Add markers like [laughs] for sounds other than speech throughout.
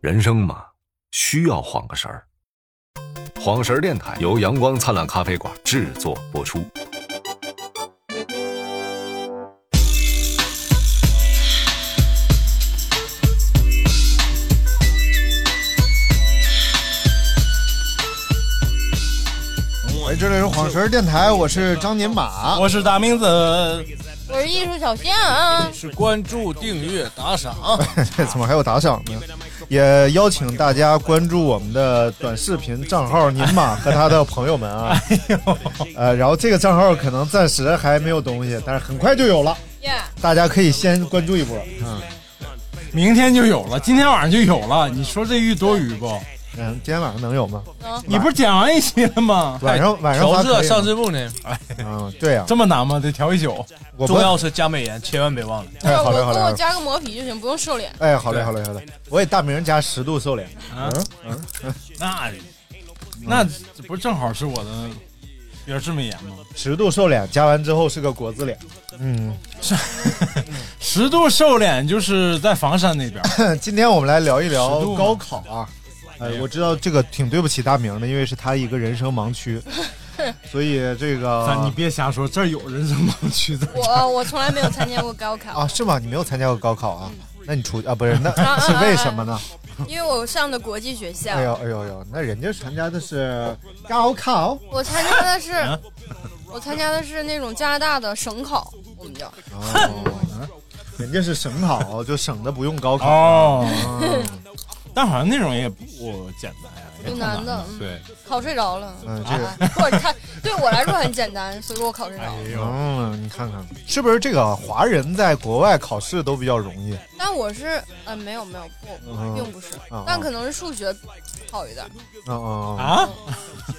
人生嘛，需要晃个神儿。晃神儿电台由阳光灿烂咖啡馆制作播出。喂，这里是晃神儿电台，我是张年马。我是大明子，我是艺术小象啊，是关注、订阅、打赏。怎么还有打赏呢？也邀请大家关注我们的短视频账号年马和他的朋友们啊。哎呃，然后这个账号可能暂时还没有东西，但是很快就有了，呀，大家可以先关注一波。嗯明天就有了，今天晚上就有了。你说这鱼多余不？嗯，今天晚上能有吗？你不是剪完一期了吗？晚上晚上发可以吗啊部呢？哎，嗯，对呀、这么难吗？得调一宿。我不重要是加美颜，千万别忘了。哎，好嘞好我嘞给好我嘞。加个磨皮就行，不用瘦脸。哎，好嘞，好嘞，好嘞！我给大明加十度瘦脸，那那这不是正好是我的原汁美颜吗？十度瘦脸加完之后是个国字脸，嗯， [coughs] 十度瘦脸就是在房山那边，啊今天我们来聊一聊10度吗高考啊。呃，我知道这个挺对不起大明的，因为是他一个人生盲 [laughs] 区，所以这咱你个别瞎说，这儿有人生盲区的。我我从来没有参加过高考，嗯啊，是吗？你没有参加过高考啊？那你出啊不是？那啊啊是为什么呢？因为我上的国际学校哎，呦哎呦哎呦，那人家参加的是高考，我参加的是， [laughs] 我参加的是那种加拿大的省考，我们叫哦啊人家是省考，就省的不用高考。哦， [laughs] 但好像那种也不简单呀，也不挺难的的。对，考睡着了，嗯，这个啊 [laughs] 或者他对我来说很简单，所以说我考睡着了。嗯，你看看是不是这个华人在国外考试都比较容易？但我是呃没有没有不，并不是嗯，但可能是数学好一点，嗯嗯嗯，啊，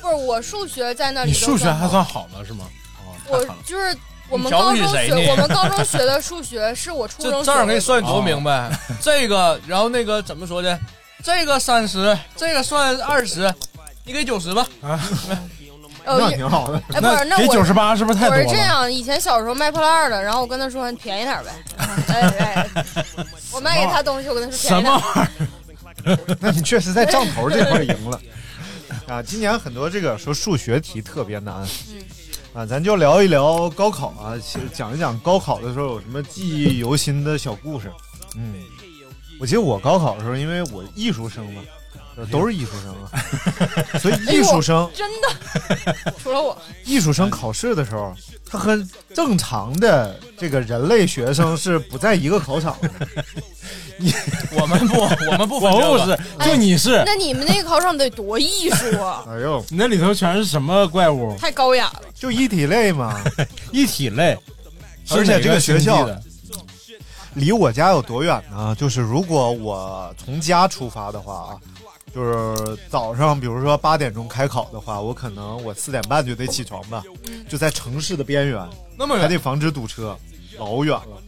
不是我数学在那里你都数学还好算好的是吗？哦，我太好了就是我们你瞧高不起中谁学，呢我们高中学的数学是我初中这账可以学的。算多明白，这个，然后那个怎么说的？这个三十，这个算二十，你给九十吧。呃，那也挺好的。哎，不是，那给我九十八是不是太我多是了？这 [laughs] 样，以前小时候卖破烂儿的，然后我跟他说你便宜 [laughs] 点儿呗，哎哎，我卖给他东西，我跟他什说便么宜点儿玩意儿？那你确实在账头这块赢了啊！今年很多这个说数学题特别难，啊，咱就聊一聊高考啊，其实讲一讲高考的时候有什么记忆犹新的小故事。嗯，我记得我高考的时候，因为我艺术生嘛，哎呃都是艺术生啊，所以艺术生真的，除了我，艺术生考试的时候，他和正常的这个人类学生是不在一个考场 [laughs] 的。我们 [laughs] 不，我们不分我这不个。是，就你是，那你们那个考场得多艺术啊， [laughs] 哎呦，你那里头全是什么怪物？太高雅了。就一体类嘛。一体类，而且这个学校是哪个经济离我家有多远呢？就是如果我从家出发的话啊，就是早上，比如说八点钟开考的话，我可能我四点半就得起床吧，就在城市的边缘，的那么还远，得防止堵车，老远了。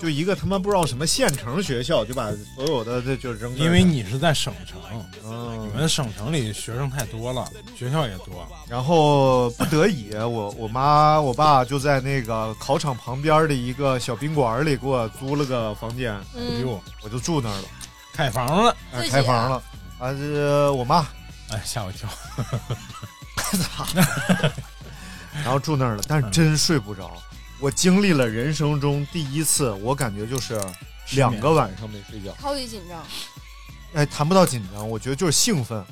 就一个他妈不知道什么县城学校，就把所有的这就扔。因为，你是在省城，嗯你，们省城里学生太多了，学校也多。然后不得已，我我妈我爸就在那个考场旁边的一个小宾馆里给我租了个房间，哎嗯，呦，我就住那儿了，开房了，哎自己啊开房了，啊，这我妈哎，吓我一跳。然后住那儿了，但是真睡不着。我经历了人生中第一次，我感觉就是两个晚上没睡觉。超级紧张，哎，谈不到紧张，我觉得就是兴奋，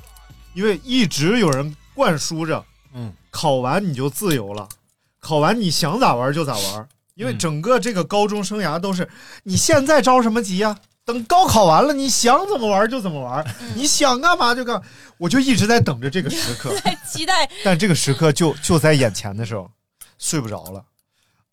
因为一直有人灌输着，嗯，考完你就自由了，考完你想咋玩就咋玩。因为嗯整个这个高中生涯都是，你现在着什么急呀、等高考完了，你想怎么玩就怎么玩，你想干嘛就干嘛。我就一直在等着这个时刻， [laughs] 期待但这个时刻就就在眼前的时候，睡不着了，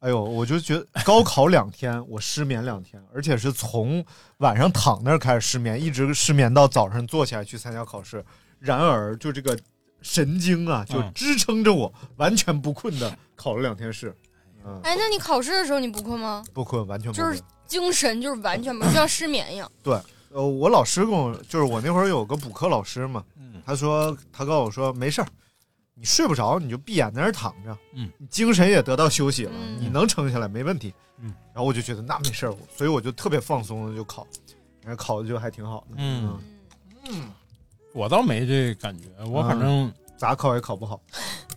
哎呦，我就觉得高考两天，我失眠两天，而且是从晚上躺那儿开始失眠，一直失眠到早上坐起来去参加考试。然而，就这个神经啊，就嗯支撑着我完全不困的考了两天试，嗯，哎，那你考试的时候你不困吗？不困，完全不就困。是精神就是完全不，就像失眠一样。对，呃，我老师跟我就是我那会儿有个补课老师嘛，嗯他说他告诉我说没事儿，你睡不着你就闭眼在那儿躺着，嗯，你精神也得到休息了，嗯你能撑下来没问题，嗯，然后我就觉得那没事儿，所以我就特别放松的就考，然后考的就还挺好的，嗯，我倒没这感觉，我反正咋考也考不好，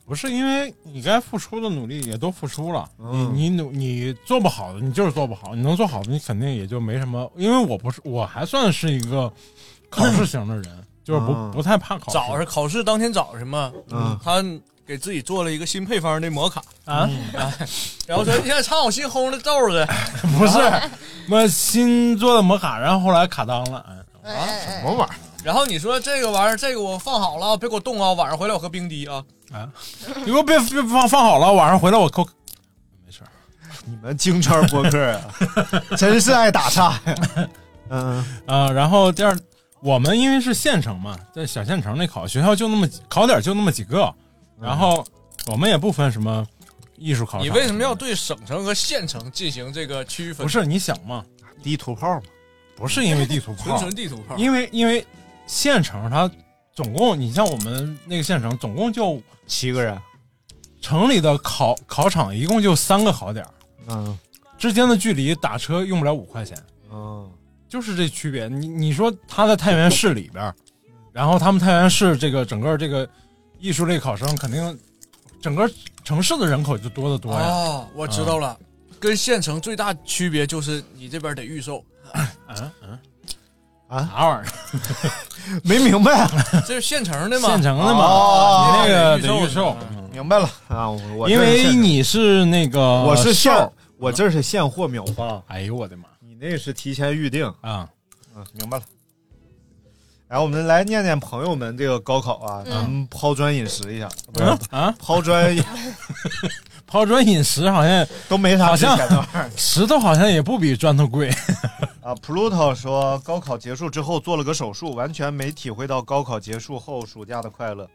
不是因为你该付出的努力也都付出了，嗯你你努你做不好的你就是做不好，你能做好的你肯定也就没什么，因为我不是我还算是一个考试型的人，就是不、嗯不太怕考试早上考试当天早上嘛，嗯他给自己做了一个新配方的摩卡，啊，然后说你想尝我新烘的豆子， [laughs] 不是，啊我新做的摩卡，然后后来卡裆了，嗯哎哎哎，么玩意儿？然后你说这个玩意儿，这个我放好了啊，别给我冻啊，晚上回来我喝冰滴啊。嗯你给我别别放放好了，晚上回来我扣。没事儿， [laughs] 你们京圈播客啊，真是爱打岔呀，嗯啊，然后第二，我们因为是县城嘛，在小县城里考，学校就那么几考点就那么几个，嗯然后我们也不分什么艺术考场。你为什么要对省城和县城进行这个区分？不是你想嘛？地图炮嘛，不是因为地图 [laughs] 纯炮，纯地图炮，因为因为县城它总共，你像我们那个县城总共就七个人，城里的考考场一共就三个考点儿，嗯之间的距离打车用不了五块钱。嗯就是这区别。你你说他在太原市里边儿，然后他们太原市这个整个这个艺术类考生，肯定整个城市的人口就多得多呀。哦，我知道了，跟县城最大区别就是你这边得预售，嗯嗯啊啥玩意儿？ [laughs] 没明白啊，这是县城的嘛？县城的嘛，哦你那个得得预预售售，明白了啊，我我因这是为现场你是那个我是现售。，我这是现货秒发，哎呦我的妈你那是提前预定。啊！嗯，明白了。然后我们来念念朋友们这个高考啊，咱嗯们抛砖引石一下，不是嗯啊，抛砖抛砖引石好像 [laughs] 都没啥值钱的玩意儿 [laughs] 石头好像也不比砖头贵。 [laughs] 啊。Pluto 说，高考结束之后做了个手术，完全没体会到高考结束后暑假的快乐。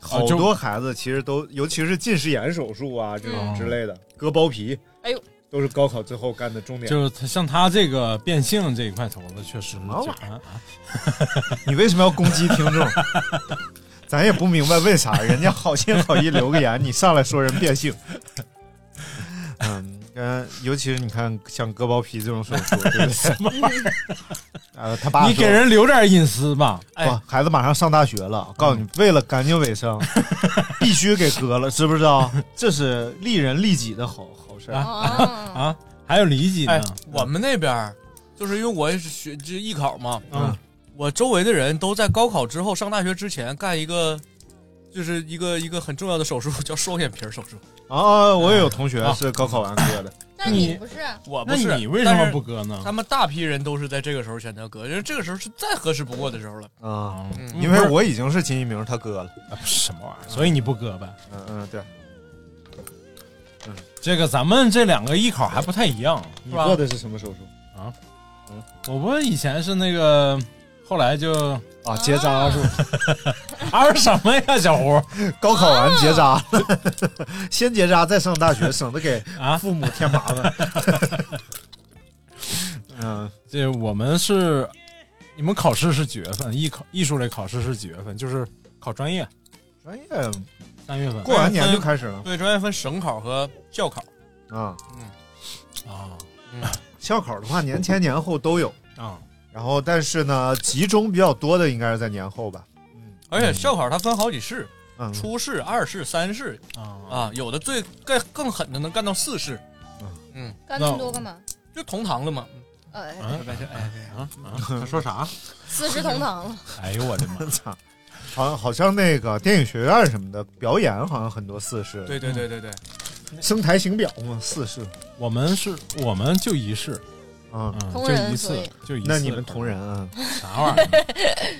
好啊就多孩子其实都，尤其是近视眼手术啊这种哦之类的，割包皮，哎呦，都是高考之后干的重点。就是他像他这个变性这一块头子，确实么玩意儿就啊你为什么要攻击听 [laughs] 众？咱也不明白为啥，人家好心好意留个言，你上来说人变性。 [laughs] 嗯，嗯，尤其是你看像割包皮这种手术， [laughs] 对不对？呃，他爸你给说人留点隐私吧。不孩子马上上大学了，我告诉你，为了干净卫 [laughs] 生，必须给割了，知不知道？这是利人利己的好好事儿。 [laughs] 啊，啊，还有李几呢哎，，我们那边儿就是因为我也是学这艺考嘛，嗯，我周围的人都在高考之后上大学之前干一个，就是一个一个很重要的手术，叫双眼皮儿手术。啊，我也有同学啊是高考完割的，但你你不是啊我不那是，你为什么不但割呢是？他们大批人都是在这个时候选择割，因为这个时候是再合适不过的时候了。哦啊，嗯因为我已经是金一鸣，他割了。啊什么玩意儿，所以你不割呗。嗯嗯嗯，对，这个咱们这两个艺考还不太一样，你是吧啊做？的是什么手术？嗯我不是以前是那个，后来就啊，结扎是吧？啊什么呀，小胡 [laughs] 高考完结扎， [laughs] 先结扎再上大学，省得给啊，父母添麻 [laughs] 烦。嗯，这我们是你们考试是几月份？艺考艺术类考试是几月份？就是考专业专业三月份过完年就开始了对，专业分省考和校考。啊。啊校考的话，年前年后都有，啊，然后但是呢，集中比较多的应该是在年后吧。而且校考它分好几试，嗯，初试、二试、三试啊啊，有的最更更狠的能干到四试，干那么多干嘛？就同堂了嘛。呃，啊啊啊！他说啥？四十同嗯堂了，哎呦我的妈！操，好像好像那个电影学院什么的表演，好像很多四试， [laughs] 对对对对对，声台形表嘛，四试我们是我们就一试，啊。嗯，同就人一所次以，就一次。那你们同仁啊，啥玩意 [laughs] 儿？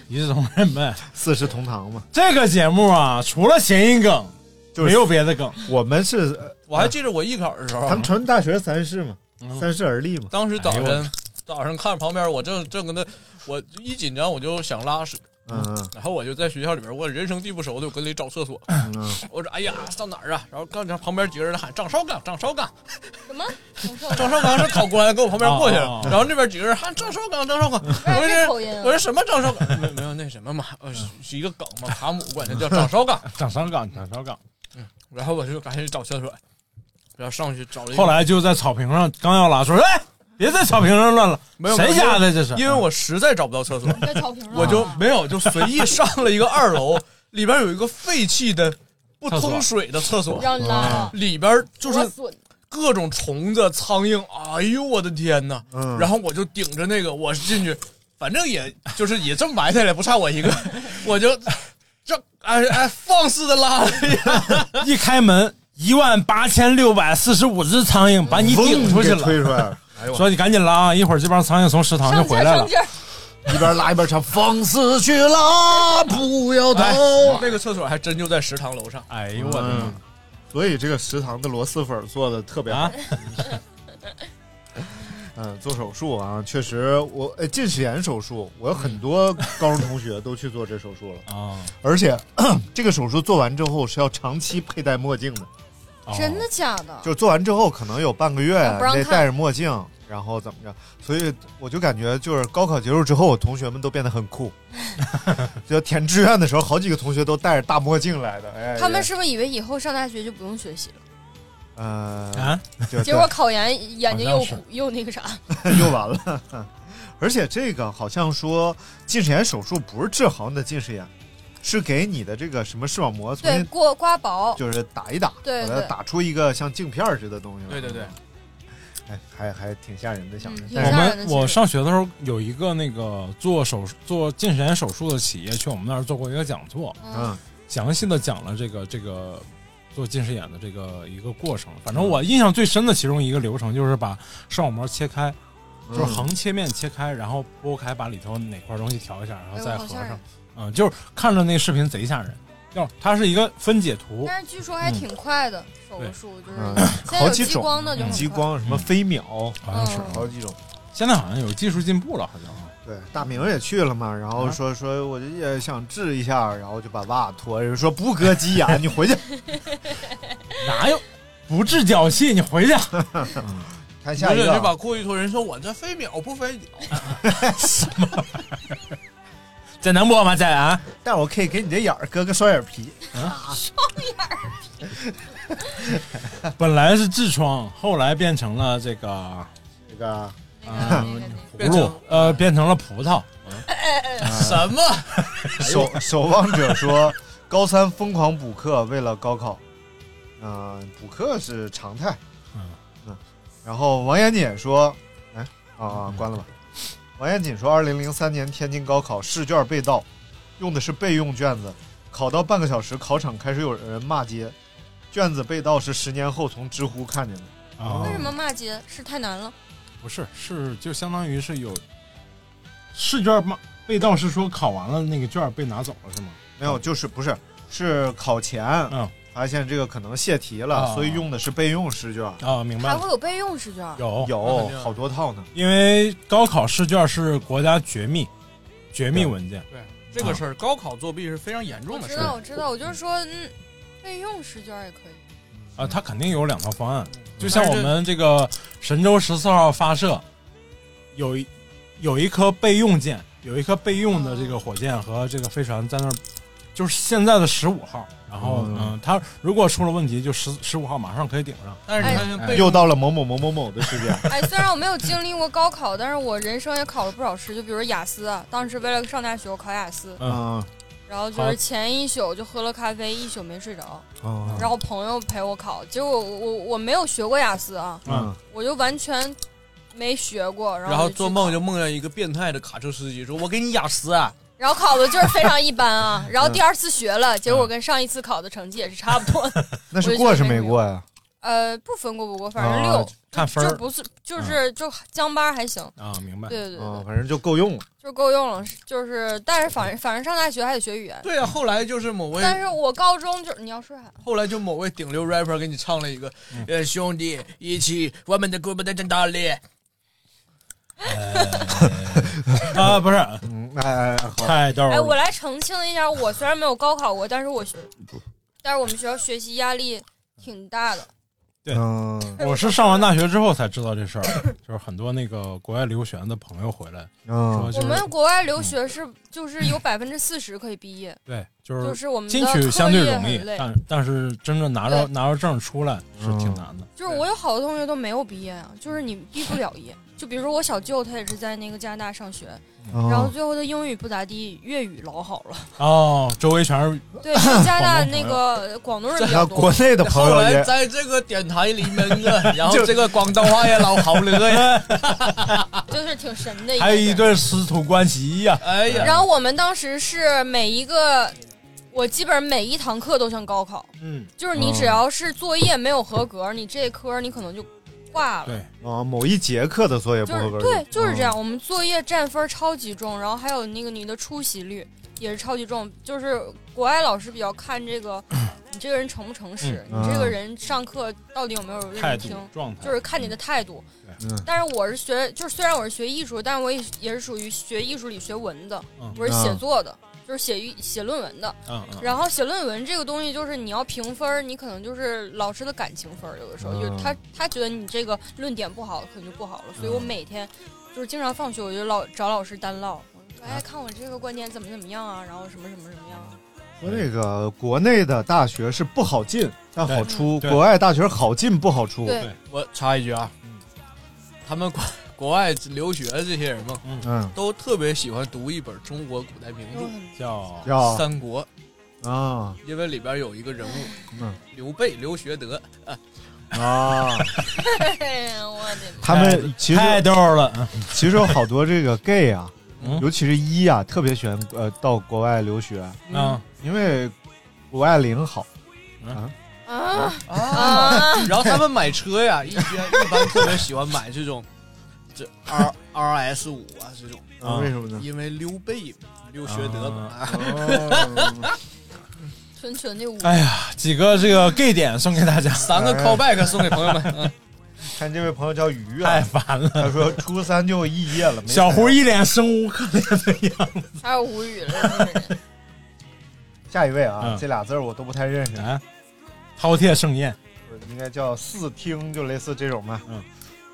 一视同仁呗。四世同堂嘛。这个节目啊，除了谐音梗，就是没有别的梗。嗯我们是，我还记得我艺考的时候，咱们成大学三试嘛，三试而立嘛。当时早哎呦晨早上看旁边，我正正跟他，我一紧张我就想拉屎，嗯嗯然后我就在学校里边，我人生地不熟的，我跟里找 [laughs] 厕所，嗯，我说哎呀上哪儿啊？然后刚才旁边几个人喊张绍刚，张绍刚，什么？张绍刚是考官，跟我旁边过去哦哦了，哦然后那边几个人喊张绍刚，张绍刚，哎我这口音说啊我说什么张绍刚？没有没有那什么嘛，呃是是一个梗嘛，卡姆管他叫张绍刚，长烧岗，长烧岗。然后我就赶紧找厕所，然后上去找了一个，后来就在草坪上，刚要拉说：“哎，别在草坪上乱了，没有谁家的这是？”因为我实在找不到厕所，在草坪上，啊我就没有，就随意上了一个二楼，里边有一个废弃的、不通水的厕所，让你拉了，里边就多是损各种虫子、苍蝇，哎呦我的天呐！嗯然后我就顶着那个，我进去，反正也就是也挣埋汰了，不差我一个， [laughs] 我就这哎哎放肆的拉了一下， [laughs] 一开门，一万八千六百四十五只苍蝇把你顶出去嗡给推了，出来哎了，说你赶紧拉啊，一会儿这帮苍蝇从食堂就上劲回儿来上了。劲 [laughs] 儿，一边拉一边唱，放肆去拉，不要哎逃。那个厕所还真就在食堂楼上，哎呦我的妈！嗯，所以这个食堂的螺蛳粉做的特别好。啊 [laughs] 嗯，做手术啊，确实我，呃近视眼手术，我有很多高中同学都去做这手 [laughs] 术了，啊，而且 [clears throat] 咳这个手术做完之后是要长期佩戴墨镜的，哦真的假的？就做完之后可能有半个月啊不让你得看戴着墨镜，然后怎么着？所以我就感觉就是高考结束之后，我同学们都变得很酷，就填志愿的时候，好几个同学都戴着大墨镜来的，哎，他们也是不是以为以后上大学就不用学习了？呃，啊，就结果考研眼睛又好像是又那 [laughs] 个啥，又完了。而且这个好像说近视眼手术不是治好你的近视眼，是给你的这个什么视网膜重对，新过刮薄，就是打一打，对把它对打出一个像镜片儿似的东西来。对对对，哎，还还挺吓人的想着嗯。但我挺是吓人的们其实我上学的时候有一个那个做手做近视眼手术的企业去我们那儿做过一个讲座，嗯嗯，详细的讲了这个这个做近视眼的这个一个过程。嗯反正我印象最深的其中一个流程就是把视网膜切开，就是嗯横切面切开，然后剥开，把里头哪块东西调一下，然后哎呦再好合吓人上。嗯，就是看着那视频贼吓人，要它是一个分解图，但是据说还挺快的，手术就是嗯现在好有几激种光的就很快激，光什么嗯飞秒，好像是。嗯好几种。现在好像有技术进步了，好像啊。对，大明也去了嘛，然后说说我也想治一下，然后就把袜脱，人说不割鸡眼，你 [laughs] 回去哪有不治脚气？你回去。看 [laughs] 下我一个 [laughs] 就啊。把裤一脱，人说我这飞秒不飞秒，这能播吗？这啊，但我可以给你这眼儿割个双眼皮。本来是痔疮，后来变成了这个这个那个那个葫变成芦，呃，变成了葡萄。哎什么？守守望者说，高三疯狂补课，为了高考。嗯、补课是常态。嗯嗯。然后王严谨说，哎啊，关了吧。王严谨说，二零零三年天津高考试卷被盗，用的是备用卷子，考到半个小时，考场开始有人骂街。卷子被盗是十年后从知乎看见的，啊为什么骂街是太难了？不是，是就相当于是有试卷嘛？被盗是说考完了那个卷儿被拿走了是吗？没有，就是不是是考前嗯发现这个可能泄题了，啊所以用的是备用试卷。啊，明白还了。会有备用试卷？有，有好多套呢。因为高考试卷是国家绝密，绝密文件。对这个事儿，高考作弊是非常严我重的知事道，儿。我知道，我就是说，嗯，备用试卷也可以。啊，它肯定有两套方案，嗯就像我们这个神舟十四号发射，有一有一颗备用舰，有一颗备用的这个火箭和这个飞船在那儿，就是现在的十五号。然哦后，嗯嗯，它如果出了问题，就十十五号马上可以顶上。但是你看被又到了某某某某某的事件， [laughs] 哎，虽然我没有经历过高考，但是我人生也考了不少试，就比如雅思啊，当时为了上大学，我考雅思，嗯，嗯然后就是前一宿就喝了咖啡，一宿没睡着，嗯然后朋友陪我考，结果我我我没有学过雅思啊，嗯，我就完全没学过，然后然后去做梦考就梦见一个变态的卡车司机说：“我给你雅思啊然后考的就是非常一般啊，然后第二次学了，结果跟上一次考的成绩也是差不多的。那是过是没过呀？呃，不分过不过，反正啊六，看分儿就不是就是就将班还行，啊，明白对。对对啊，对，反正就够用了。就够用了，就是但是反反正上大学还得学语言，对啊呀、后来就是某位，但是我高中就你要说啥？后来就某位顶流 rapper 给你唱了一个，嗯呃，兄弟，一起我们的胳膊在战大力，哎 [laughs] 啊，不是嗯，哎哎，哎好，太逗哎，我了。来澄清一下，我虽然没有高考过，但是我学， [laughs] 但是我们学校学习压力挺大的。对嗯我是上完大学之后才知道这事儿，就是很多那个国外留学的朋友回来说，嗯，就我们是国外留学是就是有百分之四十可以毕业，对，就就是是我们的进去相对课业容易很累，但但是真正拿着对拿着证出来是挺难嗯的。就是我有好多同学都没有毕业啊，就是你毕不了业。就比如说我小舅，他也是在那个加拿大上学，然后嗯最后他英语不咋地，粤语老好了。哦，周围全是对，加拿大那个广东人比较那国多。内的朋后友来也在这个电台里面啊，然后这个广东话也老好了呀，就是挺神的一个人。还有一对师徒关系呀、哎呀，然后我们当时是每一个，我基本上每一堂课都像高考，嗯，就是你只要是作业没有合格，你这科你可能就挂了。对，啊，某一节课的作业不就合是格，嗯对，就是这样。我们作业占分超级重，然后还有那个你的出席率也是超级重。就是国外老师比较看这 [clears throat] 个，你这个人诚不诚实，嗯你这个人上课到底有没有认态度真听，状态就是看你的态度。嗯但是我是学，就是虽然我是学艺术，但是我也也是属于学艺术里学文的，嗯我是写作的，就是写一写论文的。嗯嗯，然后写论文这个东西，就是你要评分儿，你可能就是老师的感情分儿，有的时候、嗯就是他他觉得你这个论点不好，可能就不好了。所以我每天就是经常放学，我就老找老师单唠，我说哎，看我这个观点怎么怎么样啊，然后什么什么什么样 [laughs] 啊。说那个国内的大学是不好进但好出，对国外大学好进不好出。对，我插一句啊，他们国国外留学的这些人嘛，嗯，都特别喜欢读一本中国古代名著《叫要三国》，啊因为里边有一个人物嗯刘备刘学德，啊，哎呀，我的妈！他们其实太逗了。嗯其实有好多这个 gay 啊嗯，尤其是一啊，特别喜欢呃到国外留学，嗯，因为国外零好，啊啊啊！然后他们买车呀， [laughs] 一般一般特别喜欢买这种这 R R S 五啊这种，哎啊为什么呢？因为溜背溜学德嘛，啊哦纯纯的无哎呀，几个这个 gay 点送给大家，哎三个 callback 送给朋友们。嗯看这位朋友叫鱼 [laughs] 太啊，烦了。他说初三就肄业了，没小胡一脸生无可恋的样子。太无语了，这个人下一位啊嗯，这俩字儿我都不太认识，啊，饕餮盛宴，应该叫四听，就类似这种吧。嗯，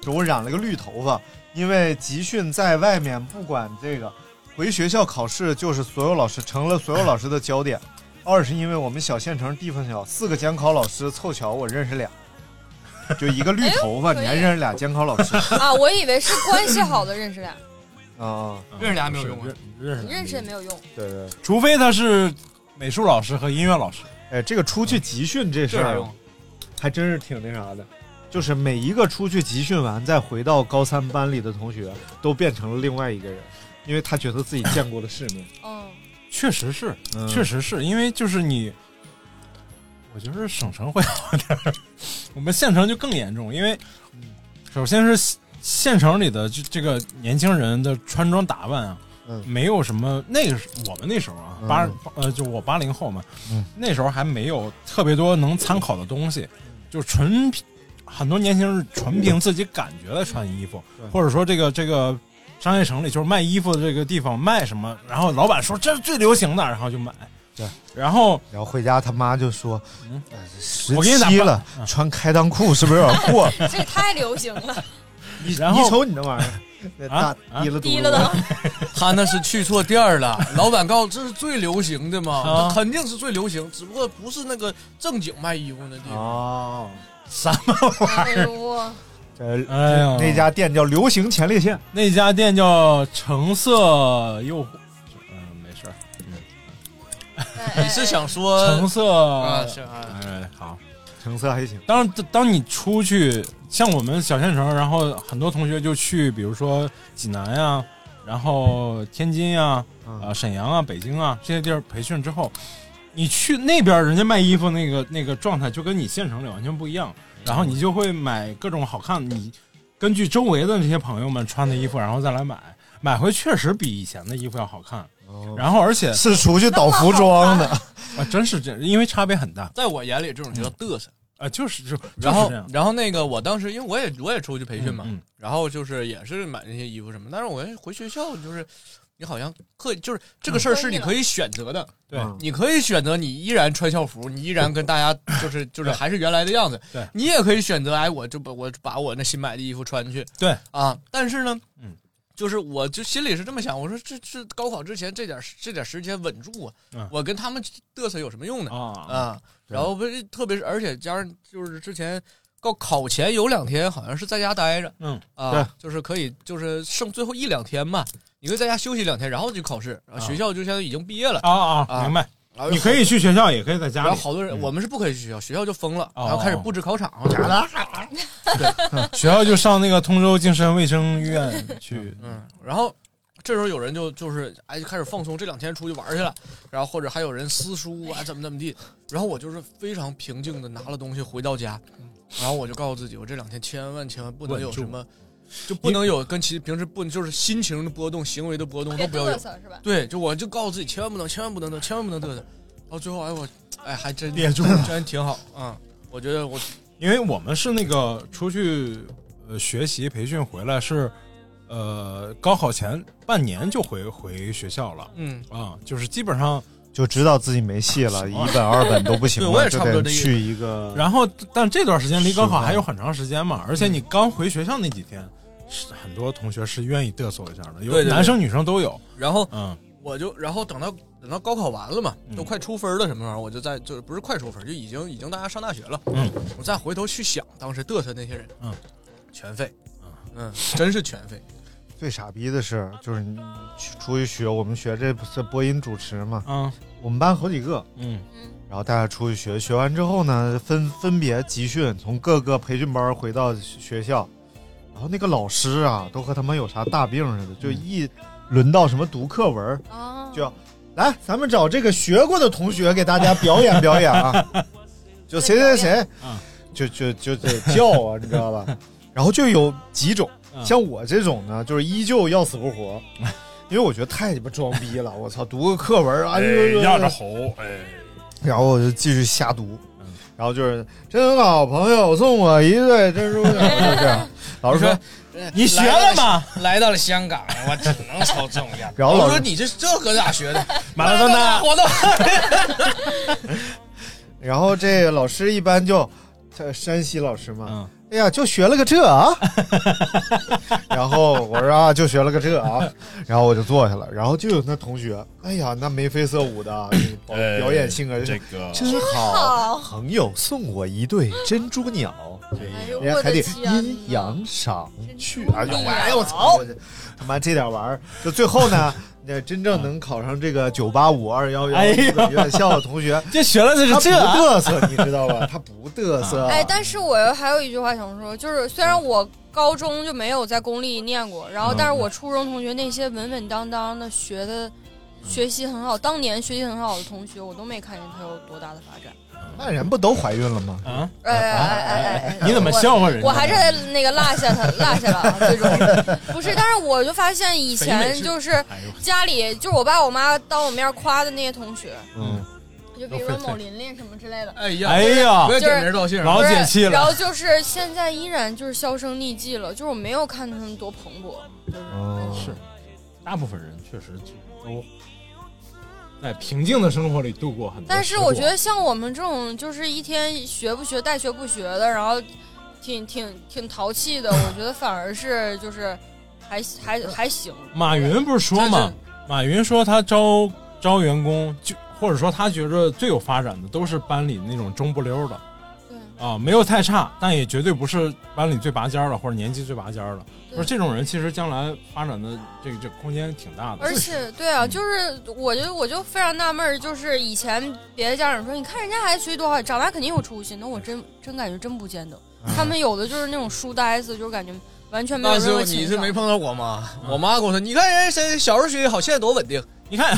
就我染了个绿头发，因为集训在外面不管这个，回学校考试就是所有老师成了所有老师的焦点。二是因为我们小县城地方小，四个监考老师凑巧我认识俩，就一个绿头发，哎可以你还认识俩监考老 [laughs] 师啊，我以为是关系好的认识俩，啊？认识俩没有用啊是认认识你俩认识也没没用，有用。对对，除非他是美术老师和音乐老师。哎，这个出去集训这事这啥啊儿用？还真是挺那啥的。就是每一个出去集训完再回到高三班里的同学，都变成了另外一个人，因为他觉得自己见过了世面。嗯，确实是，嗯确实是因为就是你，我觉得省城会好点儿，我们县城就更严重，因为嗯首先是县县城里的这这个年轻人的穿装打扮啊，嗯没有什么那个时我们那时候啊，嗯八、呃就我八零后嘛，嗯那时候还没有特别多能参考的东西，嗯就纯凭很多年轻人纯凭自己感觉来穿衣服，或者说这个这个商业城里就是卖衣服的这个地方卖什么，然后老板说这是最流行的，然后就买。对，然后然后回家他妈就说呃嗯：“十我给你打嗯七包了，穿开裆裤是不是有点 [laughs] 过这也太流行了，你然后你瞅你那玩意儿，那 [laughs] 啊大滴了嘟低了都。 [laughs] 他那是去错店儿了，老板告诉这是最流行的嘛，啊那肯定是最流行，只不过不是那个正经卖衣服那地方。哦，什么玩意儿？哎呦我，这哎呦，那家店叫流行前列腺，那家店叫橙色诱惑，嗯，没事儿，哎你是想说橙色啊？是啊哎，好。成色还行。当当你出去，像我们小县城，然后很多同学就去，比如说济南呀、然后天津呀、嗯啊、沈阳啊、北京啊这些地儿培训之后，你去那边儿人家卖衣服那个那个状态，就跟你县城里完全不一样。然后你就会买各种好看，你根据周围的这些朋友们穿的衣服，然后再来买，买回确实比以前的衣服要好看。然后而且是出去倒服装的，啊，真是这，因为差别很大在我眼里，这种就叫嘚瑟。啊，就是就就是然后这样，然后那个我当时因为我也我也出去培训嘛，嗯嗯然后就是也是买那些衣服什么，但是我回学校就是。你好像刻意就是这个事儿嗯是你可以选择的，对你可以选择你依然穿校服，你依然跟大家 [laughs] 就是就是对还是原来的样子，对你也可以选择哎，我就把我把我那新买的衣服穿去对，啊，但是呢，嗯，就是我就心里是这么想，我说这这高考之前这点这点时间稳住啊，嗯我跟他们嘚瑟有什么用呢？啊，啊，然后不是，特别是而且加上就是之前高考前有两天好像是在家待着嗯，啊对，就是可以就是剩最后一两天嘛，你可以在家休息两天，然后去考试，然后啊学校就相当于已经毕业了，啊啊，啊明白，然后你可以去学校，也可以在家然里嗯后。好多人我们是不可以去学校，学校就封了，哦嗯然后开始布置考场，学校就上那个通州精神卫生医院 [laughs] 去，嗯，然后这时候有人就就是哎就开始放松，这两天出去玩去了，然后或者还有人撕书啊怎么怎么地，然后我就是非常平静的拿了东西回到家，然后我就告诉自己，我这两天千万千万不能有什么，就不能有跟其平时不就是心情的波动、行为的波动别都不要嘚有。瑟是吧？对，就我就告诉自己，千万不能，千万不能，千万不能嘚瑟。然后最后哎我哎还真憋住了，真挺好啊、嗯我觉得我因为我们是那个出去呃学习培训回来是，呃高考前半年就回回学校了嗯，啊，就是基本上，就知道自己没戏 [laughs] 了，一本二本都不行对我了，也就差不多得这意思去一个。嗯然后但这段时间离高考是的还有很长时间嘛，而且你刚回学校那几天，是很多同学是愿意嘚瑟一下的，有对对对男生女生都有，然后嗯我就然后等到等到高考完了嘛，都快出分了什么玩意儿，我就在就是不是快出分，就已经已经大家上大学了，嗯，我再回头去想当时嘚瑟那些人，嗯，全废，嗯，真是全废，最傻逼的是，就是你去出去学，我们学这不是播音主持嘛，嗯啊我们班好几个，嗯然后大家出去学，学完之后呢，分分别集训，从各个培训班回到学校，然后那个老师啊，都和他们有啥大病似的，就一轮到什么读课文儿，啊，就要来咱们找这个学过的同学给大家表演表演 [laughs] 啊，就谁谁谁嗯，就就就得叫啊，你知道吧？然后就有几种，嗯像我这种呢，就是依旧要死不活。因为我觉得太鸡巴装逼了，我操！读个课文啊，呦呦压呦着喉，哎，然后我就继续瞎读嗯，然后就是真好朋友送我一对珍珠奶茶，就这样。老师说，你学了吗？来到了香港，我只能抽这种烟。然后我老说师你这这可咋学的？马拉松大的，活动，然后这老师一般就，他山西老师嘛，嗯哎呀，就学了个这啊。然后我说啊，就学了个这啊，然后我就坐下了，然后就有那同学，哎呀，那眉飞色舞的，表表演性格就是个真好，好，朋友送我一对珍珠鸟。哎呦人我家还得的天呐阴阳赏去，哎呦真的哎呦我操！我这他妈这点玩意儿，就最后呢，那真正能考上这个九八五二幺幺哎呦院校的同学，这学了这是他不这啊嘚瑟，你知道吧？他不嘚瑟。哎，但是我还有一句话想说，就是虽然我高中就没有在公立念过，然嗯后但是我初中同学那些稳稳当当的学的。学习很好，当年学习很好的同学，我都没看见他有多大的发展。那人不都怀孕了吗？啊，哎哎哎哎哎！你怎么我笑话人家？我还是在那个落下他，落下了啊，最终不是。但是我就发现以北美前是就是哎呦，家里就是我爸我妈当我面夸的那些同学，嗯，就比如说某琳琳什么之类的，哎呀，哎呀不，要点名道姓啊，老不是解气了然后就是现在依然就是销声匿迹了，就是我没有看他们多蓬勃，哦，是，大部分人确实就是都在平静的生活里度过很多时光。但是我觉得像我们这种就是一天学不学带学不学的，然后挺挺挺淘气的，我觉得反而是就是还还还行。马云不是说嘛，马云说他招招员工，就或者说他觉着最有发展的都是班里那种中不溜的对啊，没有太差，但也绝对不是班里最拔尖儿的或者年级最拔尖儿的。说这种人其实将来发展的这个这个空间挺大的，而且，对啊，嗯就是我就我就非常纳闷儿，就是以前别的家长说，你看人家孩子学习多好，长大肯定有出息，那我真真感觉真不见得。嗯他们有的就是那种书呆子，就是感觉完全没有那任是何你情是没商。碰到我妈，嗯我妈跟我说，你看人家谁小时候学习好，现在多稳定，你看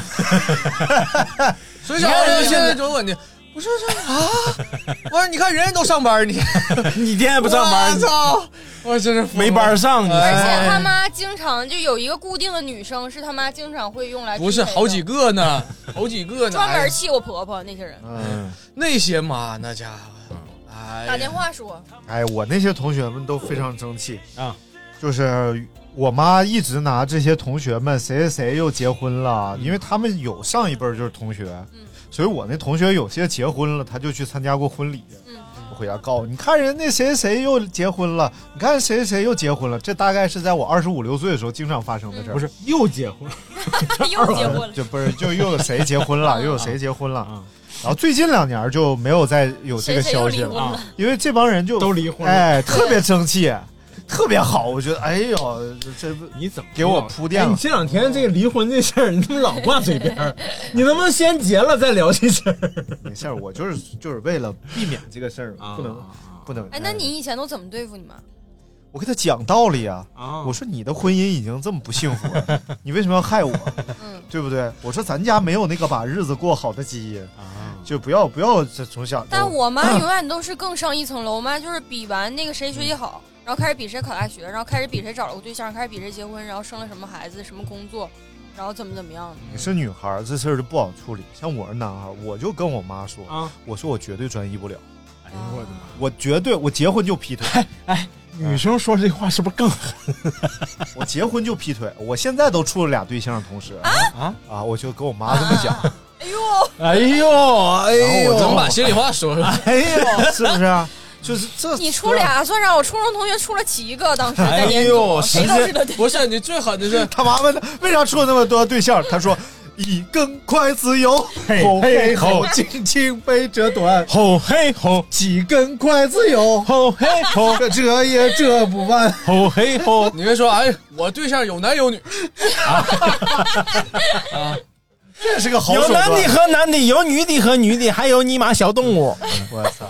所以小时候现在多稳定。我说这啊，我说你看人人都上班，你 [laughs] 你天天不上班，我操，我真是服了没班上你而哎且他妈经常就有一个固定的女生，是他妈经常会用来不是支配的好几个呢，好几个呢，专哎门气我婆婆那些人，嗯，那些嘛，那家嗯伙，哎呀，打电话说哎，我那些同学们都非常争气啊， [laughs] 就是我妈一直拿这些同学们谁谁谁又结婚了，因为他们有上一辈儿就是同学，嗯所以我那同学有些结婚了，他就去参加过婚礼。嗯我回家告诉我你看人那谁谁又结婚了，你看谁谁又结婚了，这大概是在我二十五六岁的时候经常发生的嗯事儿。不是又结婚，她 [laughs] 又结婚了，就不是就又有谁结婚了，又有谁结婚了啊，然后最近两年就没有再有这谁个谁又消离息婚了，啊了，因为这帮人就都离婚了。哎，特别争气，特别好，我觉得，哎呦，这这不你怎么给我铺垫了哎你这两天这个离婚这事儿，你怎么老挂嘴边儿？你能不能先结了再聊这事儿？ [laughs] 没事儿，我就是就是为了避免这个事儿，啊不能不能。哎，那你以前都怎么对付你妈？我给他讲道理啊，啊我说你的婚姻已经这么不幸福了，你为什么要害我？嗯，对不对？我说咱家没有那个把日子过好的基因，啊，就不要不要 [laughs] 这从小就。但我妈嗯永远都是更上一层楼，我妈就是比完那个谁学习好，然后开始比谁考大学，然后开始比谁找了个对象，开始比谁结婚，然后生了什么孩子，什么工作，然后怎么怎么样的。你是女孩儿，这事儿就不好处理。像我是男孩儿，我就跟我妈说，啊我说我绝对专一不了，哎呦我的妈！我绝对我结婚就劈腿， [laughs] 女生说这话是不是 [laughs] 更我结婚就劈腿，我现在都处了俩对象，同时啊啊啊，我就跟我妈这么讲， [laughs] 哎呦，哎呦，哎然后我能就把心里话说 [laughs] 出来。哎呦， [laughs] 是不是啊？就是这你出俩算啥？我初中同学出了七个，当时哎哎在年呦中，谁都实知道对。不是你最狠的是，他妈问他为啥处了那么多对象，他说以更快自由，嘿吼嘿嘿吼，轻轻被折断，吼嘿吼几根筷子有，吼 [laughs] 嘿吼这折也折不完。吼嘿吼，你会说，哎，我对象有男有女， [laughs] 啊，这是个好有手男的段。和男的，有女的和女的，还有尼玛小动物。我操！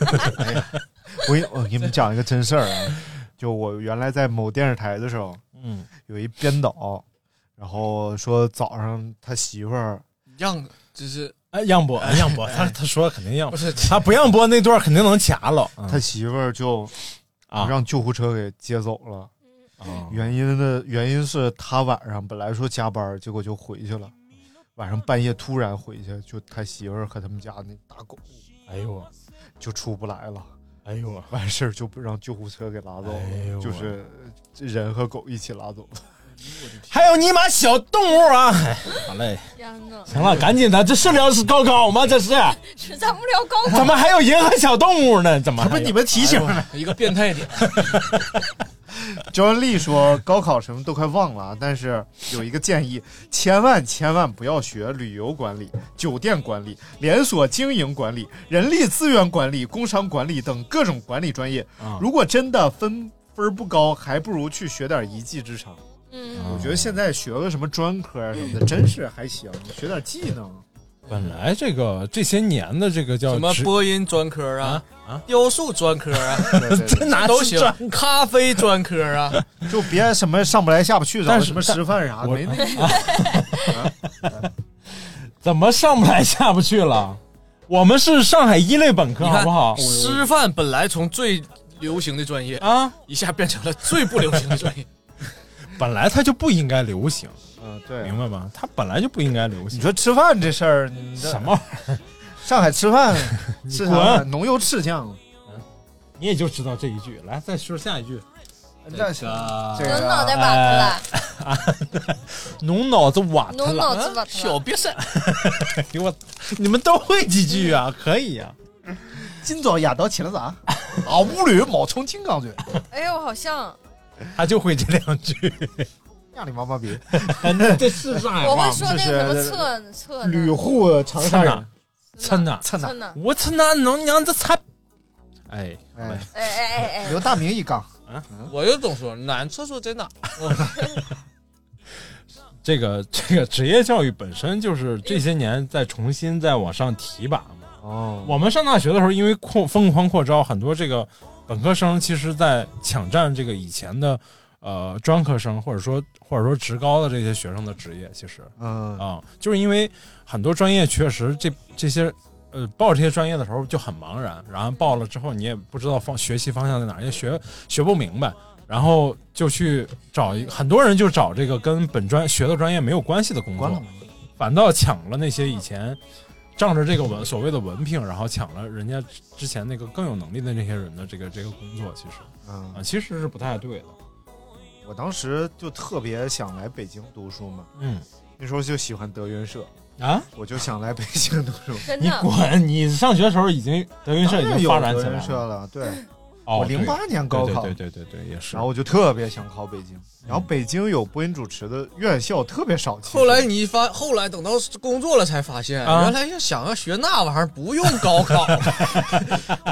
我给我给你们讲一个真事儿啊，就我原来在某电视台的时候，嗯，有一编导，然后说早上他媳妇儿让就是哎，让播，哎让播，他他说肯定让不播，是他不让播那段肯定能卡了。嗯他媳妇儿就啊让救护车给接走了。哦啊原因的原因是他晚上本来说加班，结果就回去了，晚上半夜突然回去，就他媳妇儿和他们家那大狗哎呦我，就出不来了，哎呦我，完事儿就不让救护车给拉走了，哎呦就是人和狗一起拉走了。还有尼玛小动物啊！哎好嘞，天呐， [laughs] 行了，赶紧的，这是聊高考 [laughs] 吗？这是这咱们聊高考怎么还有人和小动物呢？怎么还有？们提醒哎一个 [laughs] 变态点，焦恩丽说，高考什么都快忘了，啊，但是有一个建议，千万千万不要学旅游管理、酒店管理、连锁经营管理、人力资源管理、工商管理等各种管理专业。啊如果真的分分儿不高，还不如去学点一技之长。嗯，我觉得现在学个什么专科啊什么的，真是还行，学点技能。本来这个这些年的这个叫什么职播音专科啊啊，雕塑专科啊，对对对哪都是行专，咖啡专科啊， [laughs] 就别什么上不来下不去，找但是什么师范啥我没那个。怎么上不来下不去了？我们是上海一类本科，你好看不好？师范本来从最流行的专业，啊，一下变成了最不流行的专业。本来它就不应该流行，嗯， [laughs] 对明。白吗？它本来就不应该流你行。说吃饭这事儿，你这什么玩意儿？上海吃饭吃啥呀？滚浓油赤酱。你也就知道这一句。来，再说下一句。那是这我个脑袋瓦特了，侬脑子瓦特了，我脑子瓦特小了。[laughs] 别胜，哎呦我，你们都会几句啊？可以啊。今早夜到吃了啥？啊，屋里冒充金刚嘴，哎呦，好像他就会这两句。亚里妈妈逼。这是啥我会说哎这那是个什么测测旅沪长沙人，操哪！蹭的测，呢？我操哪能娘这擦！哎，哎，哎哎哎哎，刘大明一杠。嗯我就总说男厕所 [laughs] 在哪？这个这个职业教育本身就是这些年在重新再往上提拔嘛。哦，我们上大学的时候，因为扩疯狂扩招，很多这个本科生其实在抢占这个以前的呃专科生或者说或者说职高的这些学生的职业，其实，嗯啊，就是因为很多专业确实这这些呃报这些专业的时候就很茫然，然后报了之后你也不知道方学习方向在哪儿，也学学不明白，然后就去找一很多人就找这个跟本专学的专业没有关系的工关了作，反倒抢了那些以前仗着这个文所谓的文凭，然后抢了人家之前那个更有能力的那些人的这个这个工作，其实嗯啊，其实是不太对的。我当时就特别想来北京读书嘛，嗯，那时候就喜欢德云社啊，我就想来北京读书。真你的滚！你上学的时候已经德云社已经发当然展起有德来云社了。了，对，哦，我对08年高考对对对对对，也是。然后我就特别想考北京，然后北京有播音主持的院校特别少，其实后来你一发，后来等到工作了才发现，啊原来要想要学那玩意儿不用高 [laughs] 考，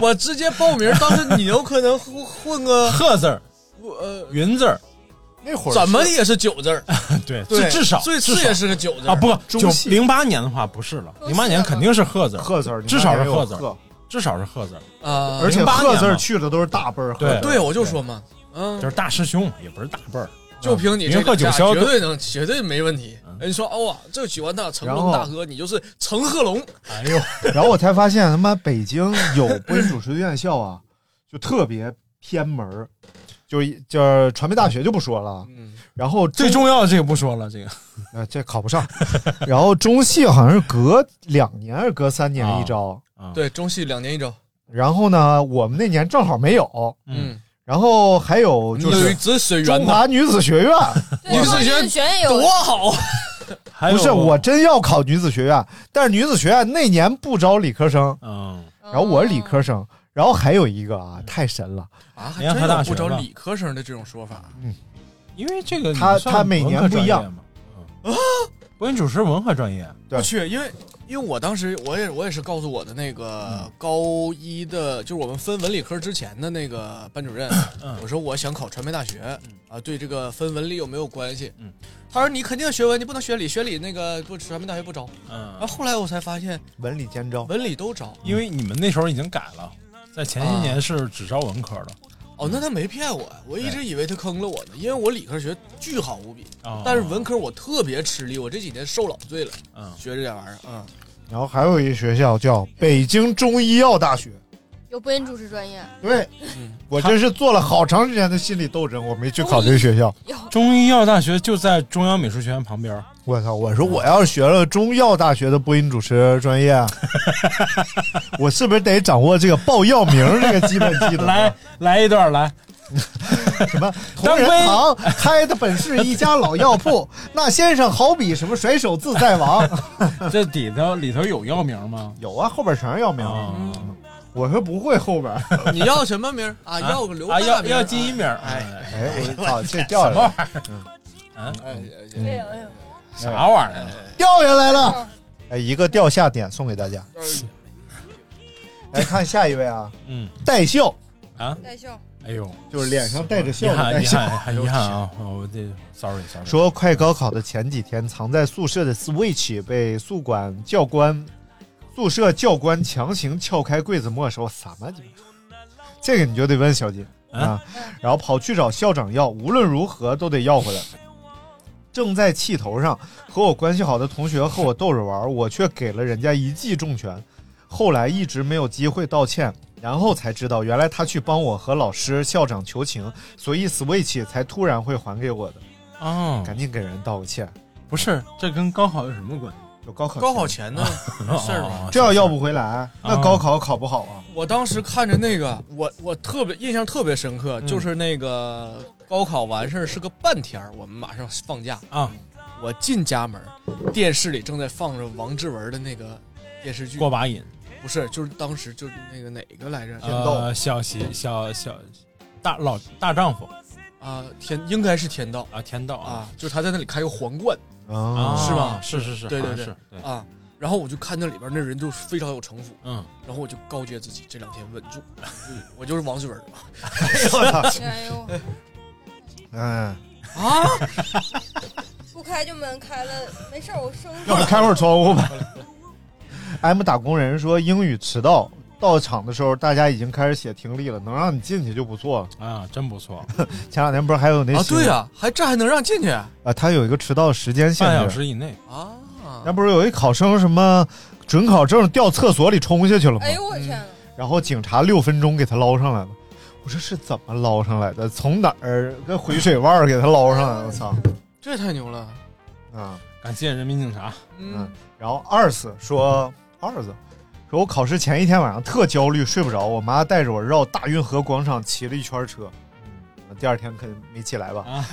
我直接报名，当时你有可能混混个鹤字儿、呃，云字儿，那会儿怎么 [laughs] 也是九字儿，对，对，至至少最至次少也是个九字儿啊，不，九中戏零八年的话不是了，零八年肯定是鹤字儿，贺字儿，至少是贺呃鹤字儿，至少是鹤字儿，啊，而且08贺字年儿呃嘛去的都是大辈儿贺字对儿，对，我就说嘛，嗯就，是大师兄，也不是大辈儿。啊就凭你这云个鹤九架，霄绝都对能，绝对没问题。人说哦啊，这喜欢他成嗯然后龙大哥，你就是成贺龙，哎呦，然后我才发现，他妈北京有播音主持的院校啊，就特别偏门儿，就是就是传媒大学就不说了，嗯，然后中最重要的这个不说了，这个 [laughs] 呃这考不 [laughs] 上，然后中戏好像是隔两年还是隔三年一招，啊，对，中戏两年一招，然后呢我们那年正好没有，嗯，嗯，然后哦还有就有一是只水中源的华女子学院，你对是中觉得医学院多有好啊！还有不是我真要考女子学院，但是女子学院那年不招理科生，哦嗯，然后我是哦理科生，然后还有一个啊太神了。啊，还联合真有大学不招吧理科生的这种说法，嗯因为这个他你算他每年文科专业不一样嘛，嗯播音主持文科专业，啊对我去，因为因为我当时我也我也是告诉我的那个高一的，就是我们分文理科之前的那个班主任，嗯我说我想考传媒大学啊，对这个分文理有没有关系嗯？他说你肯定学文，你不能学理，学理那个不传媒大学不招。然后嗯，后来我才发现文理兼招，文理都招，因为你们那时候已经改了，在前些啊年是只招文科的，哦，那他没骗我，我一直以为他坑了我呢，因为我理科学巨好无比，啊但是文科我特别吃力，我这几年受老罪了，嗯学这点玩意儿啊。然后还有一学校叫北京中医药大学。有播音主持专业，对嗯，我真是做了好长时间的心理斗争，我没去考这个学校。哦有中医药大学就在中央美术学院旁边儿，我操！我说我要是学了中药大学的播音主持专 [laughs] 业，啊我是不是得掌握这个报药名这个基本技能？啊 [laughs] 来，来一段来， [laughs] 什 [laughs] 么同仁堂开的本是一家老药 [laughs] 铺，那先生好比什么甩手自在王。这里头里头有药名吗？有啊，后边全是药名。啊，我说不会后边。你要什么名儿啊？要个刘啊，大要名儿要金一名儿，哎，哎，我操，这掉下来了，哎哎哎对有有嗯啥玩意儿啊？掉下来哦了。哎，一个掉下点送给大家。哎来看下一位啊，嗯带笑，啊，带笑，哎呦，就是脸上带着遗笑的憾带遗笑。憾还遗憾啊！我这 sorry sorry，说快高考的前几天，藏在宿舍的 Switch 被宿管教官、宿舍教官强行撬开柜子没收，什么鸡巴这个你就得问小金啊，然后跑去找校长要，无论如何都得要回来。正在气头上，和我关系好的同学和我逗着玩，我却给了人家一记重拳。后来一直没有机会道歉，然后才知道原来他去帮我和老师、校长求情，所以 Switch 才突然会还给我的。啊，赶紧给人道个歉。不是这跟高考有什么关系？有高考，高考前呢，事儿吗啊这要要不回来，那啊高考考不好啊。我当时看着那个，我我特别印象特别深嗯刻，就是那个高考完事儿是个半天儿，我们马上放假，啊，我进家门儿，电视里正在放着王志文的那个电视剧，过把瘾，不是，就是当时就是那个哪个来着嗯呃，小媳小小大老大丈夫啊，天应该是天道啊，天道啊，就是他在那里开个皇冠啊，啊，是吧是是是，对对好像对是对，啊，然后我就看那里边那人就非常有城府，嗯，然后我就告诫自己这两天稳住，我就是王志文哎呦，嗯，啊，不开就门开了，没事儿，我生要不开会儿窗户吧。M 打工人说英语迟到到场的时候，大家已经开始写听力了，能让你进去就不错了啊，真不错。前两天不是还有那啊，新对闻呀、还这还能让进去啊？啊，它有一个迟到时间限制，半小时以内啊。那不是有一考生什么准考证掉厕所里冲下去了吗？嗯哎呦我天哪！然后警察六分钟给他捞上来了。我说是怎么捞上来的？从哪儿跟回水腕儿给他捞上来的？我操！这太牛了！啊，感谢人民警察。嗯，然后二四说二子说我考试前一天晚上特焦虑，睡不着，我妈带着我绕大运河广场骑了一圈车。嗯第二天可能没起来吧？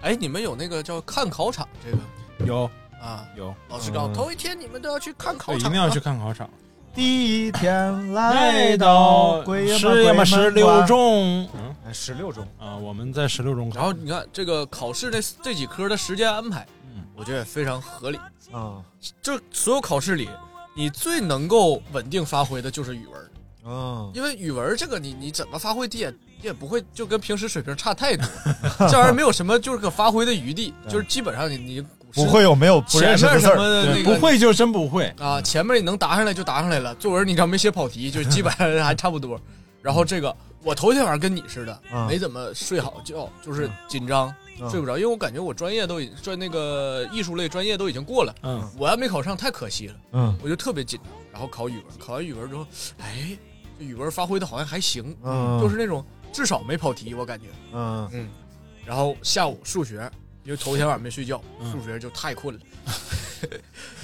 哎，你们有那个叫看考场这个有啊？有老师告诉嗯头一天你们都要去看考对，场，一定要去看考场。第一天来到十呀呀嘛嘛十六中，嗯，十六中啊，我们在十六中然考后。你看这个考试这这几科的时间安排，我觉得也非常合理。嗯啊就所有考试里，你最能够稳定发挥的就是语文，嗯，因为语文这个你你怎么发挥，你也你也不会就跟平时水平差太多，这玩意儿没有 [laughs] 什么就是可发挥的余地，就是基本上你你古不诗会有没有不认识前的面字什儿么？的那对，个不会就真不会。啊，前面你能答上来就答上来了，作文你只要没写跑题，就基本上还差不多。然后这个我头一天晚上跟你似的，嗯没怎么睡好觉，就是紧张、嗯睡不着，因为我感觉我专业都已专那个艺术类专业都已经过了，嗯我要没考上太可惜了，嗯我就特别紧张。然后考语文，考完语文之后，哎，这语文发挥的好像还行，嗯就是那种至少没跑题，我感觉。嗯嗯，然后下午数学，因为头一天晚上没睡觉，数学就太 [laughs] 困了，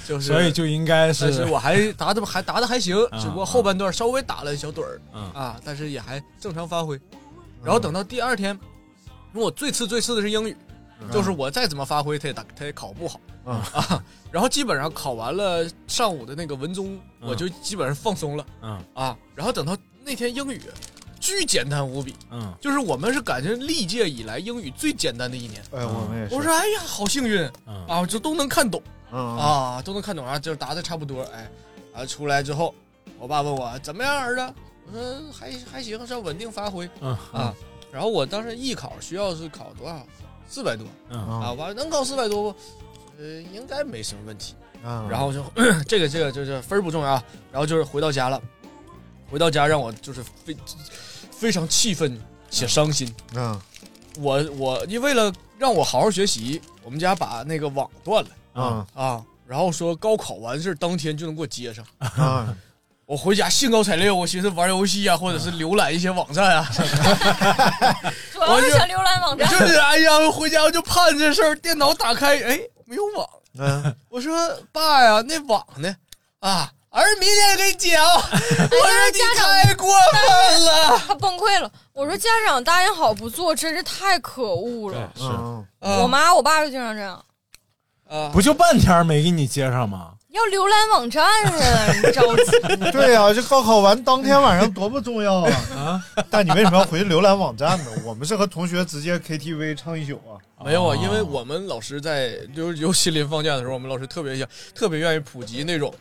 就是嗯所以就应该但是是我还答的还答的还行，嗯只不过后半段稍微打了一小盹儿嗯啊，但是也还正常发嗯挥。然后等到第二天，因为我最次最次的是英语，就是我再怎么发挥，他也打他也考不好嗯啊。 [laughs] 然后基本上考完了上午的那个文综，我就基本上放松了嗯啊。然后等到那天英语，巨简单无比，嗯，就是我们是感觉历届以来英语最简单的一年。哎，我们也我是说哎呀，好幸运嗯啊，就都能看懂。嗯啊，都能看懂啊，就是答的差不多，哎，啊，出来之后，我爸问我怎么样，儿子，我说还还行，这稳定发挥嗯啊。然后我当时艺考学校是考多少，四百多嗯啊，啊我说能考四百多不？呃，应该没什么问题。嗯然后就 [coughs] 这个这个就是分儿不重要啊，然后就是回到家了，回到家让我就是非非常气愤且伤心。嗯我我你为了让我好好学习，我们家把那个网断了。嗯啊，然后说高考完事儿当天就能给我接上。嗯我回家兴高采烈，我寻思玩游戏啊，或者是浏览一些网 [laughs] 站啊，主要是想浏览网就站，是哎呀，回家我就盼这事儿，电脑打开，哎，没有网。嗯，我说爸呀，那网呢？啊，儿明天给你 [laughs] 讲。我说哎家长你太过分了。他崩溃了。我说家长答应好不做，真是太可恶了。对，是。嗯啊我妈我爸就经常这样，啊，不就半天没给你接上吗？要浏览网站啊，你着 [laughs] 急。对呀、这高考完当天晚上多不重要啊！但你为什么要回去浏览网站呢？我们是和同学直接 KTV 唱一宿啊！没有啊，哦因为我们老师在就是尤其临放假的时候，我们老师特别想特别愿意普及那种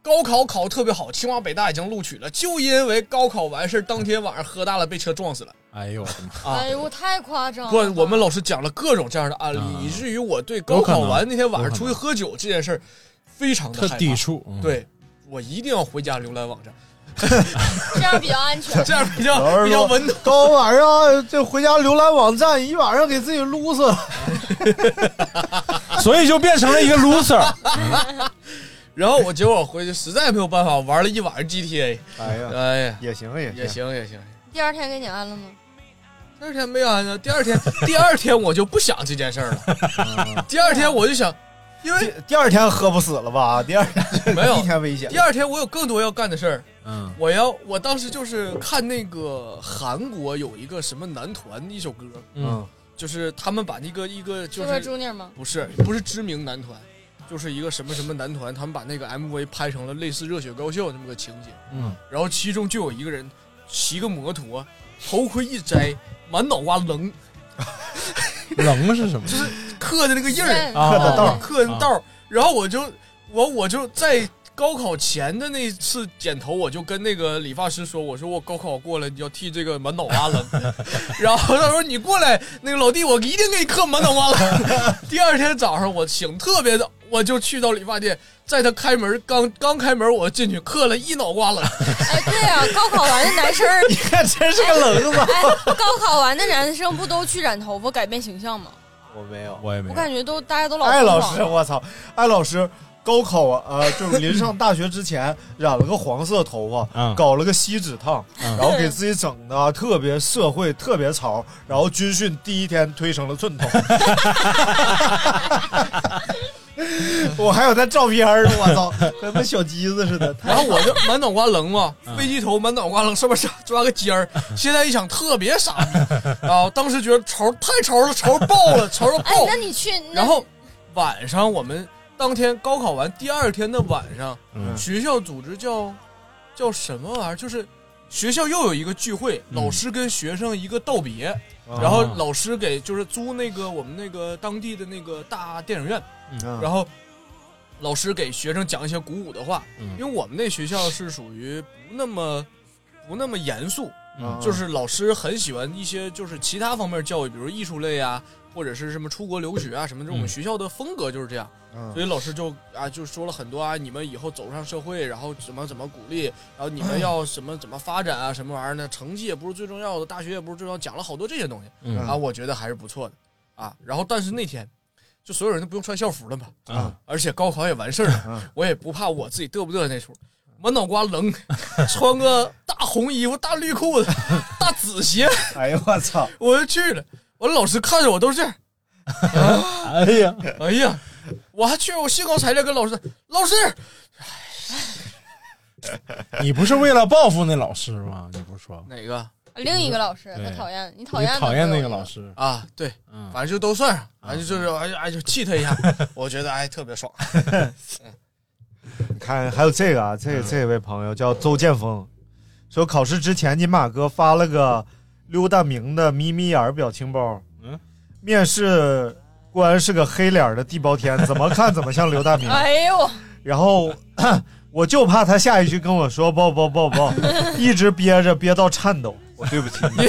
高考考得特别好，清华北大已经录取了，就因为高考完事儿当天晚上喝大了被车撞死了。哎呦我的妈！啊哎呦，我太夸张了。不，我们老师讲了各种这样的案例，啊以至于我对高考完那天晚上出去喝酒这件事儿非常的特害怕。抵触，嗯，对，我一定要回家浏览网站，这样比较安全。 [laughs] 这样比较老师比说较稳妥。高晚上这回家浏览网站，一晚上给自己撸死了。 [laughs] 所以就变成了一个 loser。 [laughs] 然后我结果回去实在没有办法，玩了一晚上 GTA。哎呀，哎呀，也行也行，也行也行。第二天给你安了吗？第二天没安呢，第二天第二天我就不想这件 [laughs] 事儿了。嗯第二天我就想，因为第第二天喝不死了吧？第二天没有一天危险第。二天我有更多要干的事儿。嗯我要我当时就是看那个韩国有一个什么男团的一首歌，嗯就是他们把那个一个就这块是 Junior 吗？不是不是知名男团，就是一个什么什么男团，他们把那个 MV 拍成了类似《热血高校》那么个情节。嗯，然后其中就有一个人骑个摩托，头盔一摘，满脑瓜 [laughs] 棱，冷是什么？刻的那个印儿。对啊道刻道儿，然后我就我我就在高考前的那次剪头，我就跟那个理发师说：“我说我高考过了，要剃这个满脑瓜 [laughs] 了。”然后他说：“你过来，那个老弟，我一定给你刻满脑瓜了。” [laughs] 第二天早上我醒特别早，我就去到理发店，在他开门刚刚开门，我进去刻了一脑瓜了。哎，对啊，高考完的男生，你看真是个冷子。哎，高考完的男生不都去染头发改变形象吗？我没有，我也没我感觉都大家都老艾疯老狂师，我操，艾老师高考啊，呃，就是临上大学之前染了个黄色头发，嗯搞了个锡纸烫，嗯然后给自己整的特别社会，特别潮，然后军训第一天推成了寸头。我还有那照片儿呢，我操，跟那小鸡子似的。太然后我就满脑瓜棱嘛，飞机头满脑瓜棱，上面抓抓个尖儿。现在一想特别傻逼啊！当时觉得潮太潮了，潮爆了，潮到哎爆，。那你去，那哦然后晚上我们当天高考完第二天的晚上，嗯学校组织叫叫什么玩意儿？就是学校又有一个聚会，嗯老师跟学生一个道别，啊然后老师给就是租那个我们那个当地的那个大电影院，嗯然后老师给学生讲一些鼓舞的话，嗯因为我们那学校是属于不那么不那么严肃，嗯就是老师很喜欢一些就是其他方面教育，比如艺术类啊，或者是什么出国留学啊什么这种，我们嗯学校的风格就是这样，嗯所以老师就啊就说了很多啊，你们以后走上社会，然后怎么怎么鼓励，然后你们要什么怎么发展啊，什么玩意儿呢？成绩也不是最重要的，大学也不是最重要，讲了好多这些东西、嗯啊，我觉得还是不错的啊。然后但是那天就所有人都不用穿校服了嘛，啊嗯而且高考也完事儿了，嗯我也不怕我自己嘚不嘚那出，满脑瓜棱， [laughs] 穿个大红衣服、大绿裤子、大紫鞋，哎呦我操！我就去了。我老师看着我都是这样，哎呀，哎呀，我还去，我兴高采烈跟老师，老师，你不是为了报复那老师吗？你不是说哪个另一个老师，对他讨厌你，讨你厌的讨厌会那有个一老。师？啊？对，嗯反正就都算上，反正就是哎哎就气他一 [laughs] 下，我觉得哎特别爽。你看，还有这个啊，嗯这这位朋友叫邹建峰，说考试之前你马哥发了个溜达明的眯眯眼儿表情包，嗯面试官是个黑脸儿的地包天，怎么看怎么像刘大 [laughs] 明。哎呦，然后 [clears throat] 我就怕他下一句跟我说不不不不，一直憋着憋到颤抖，我对不起你。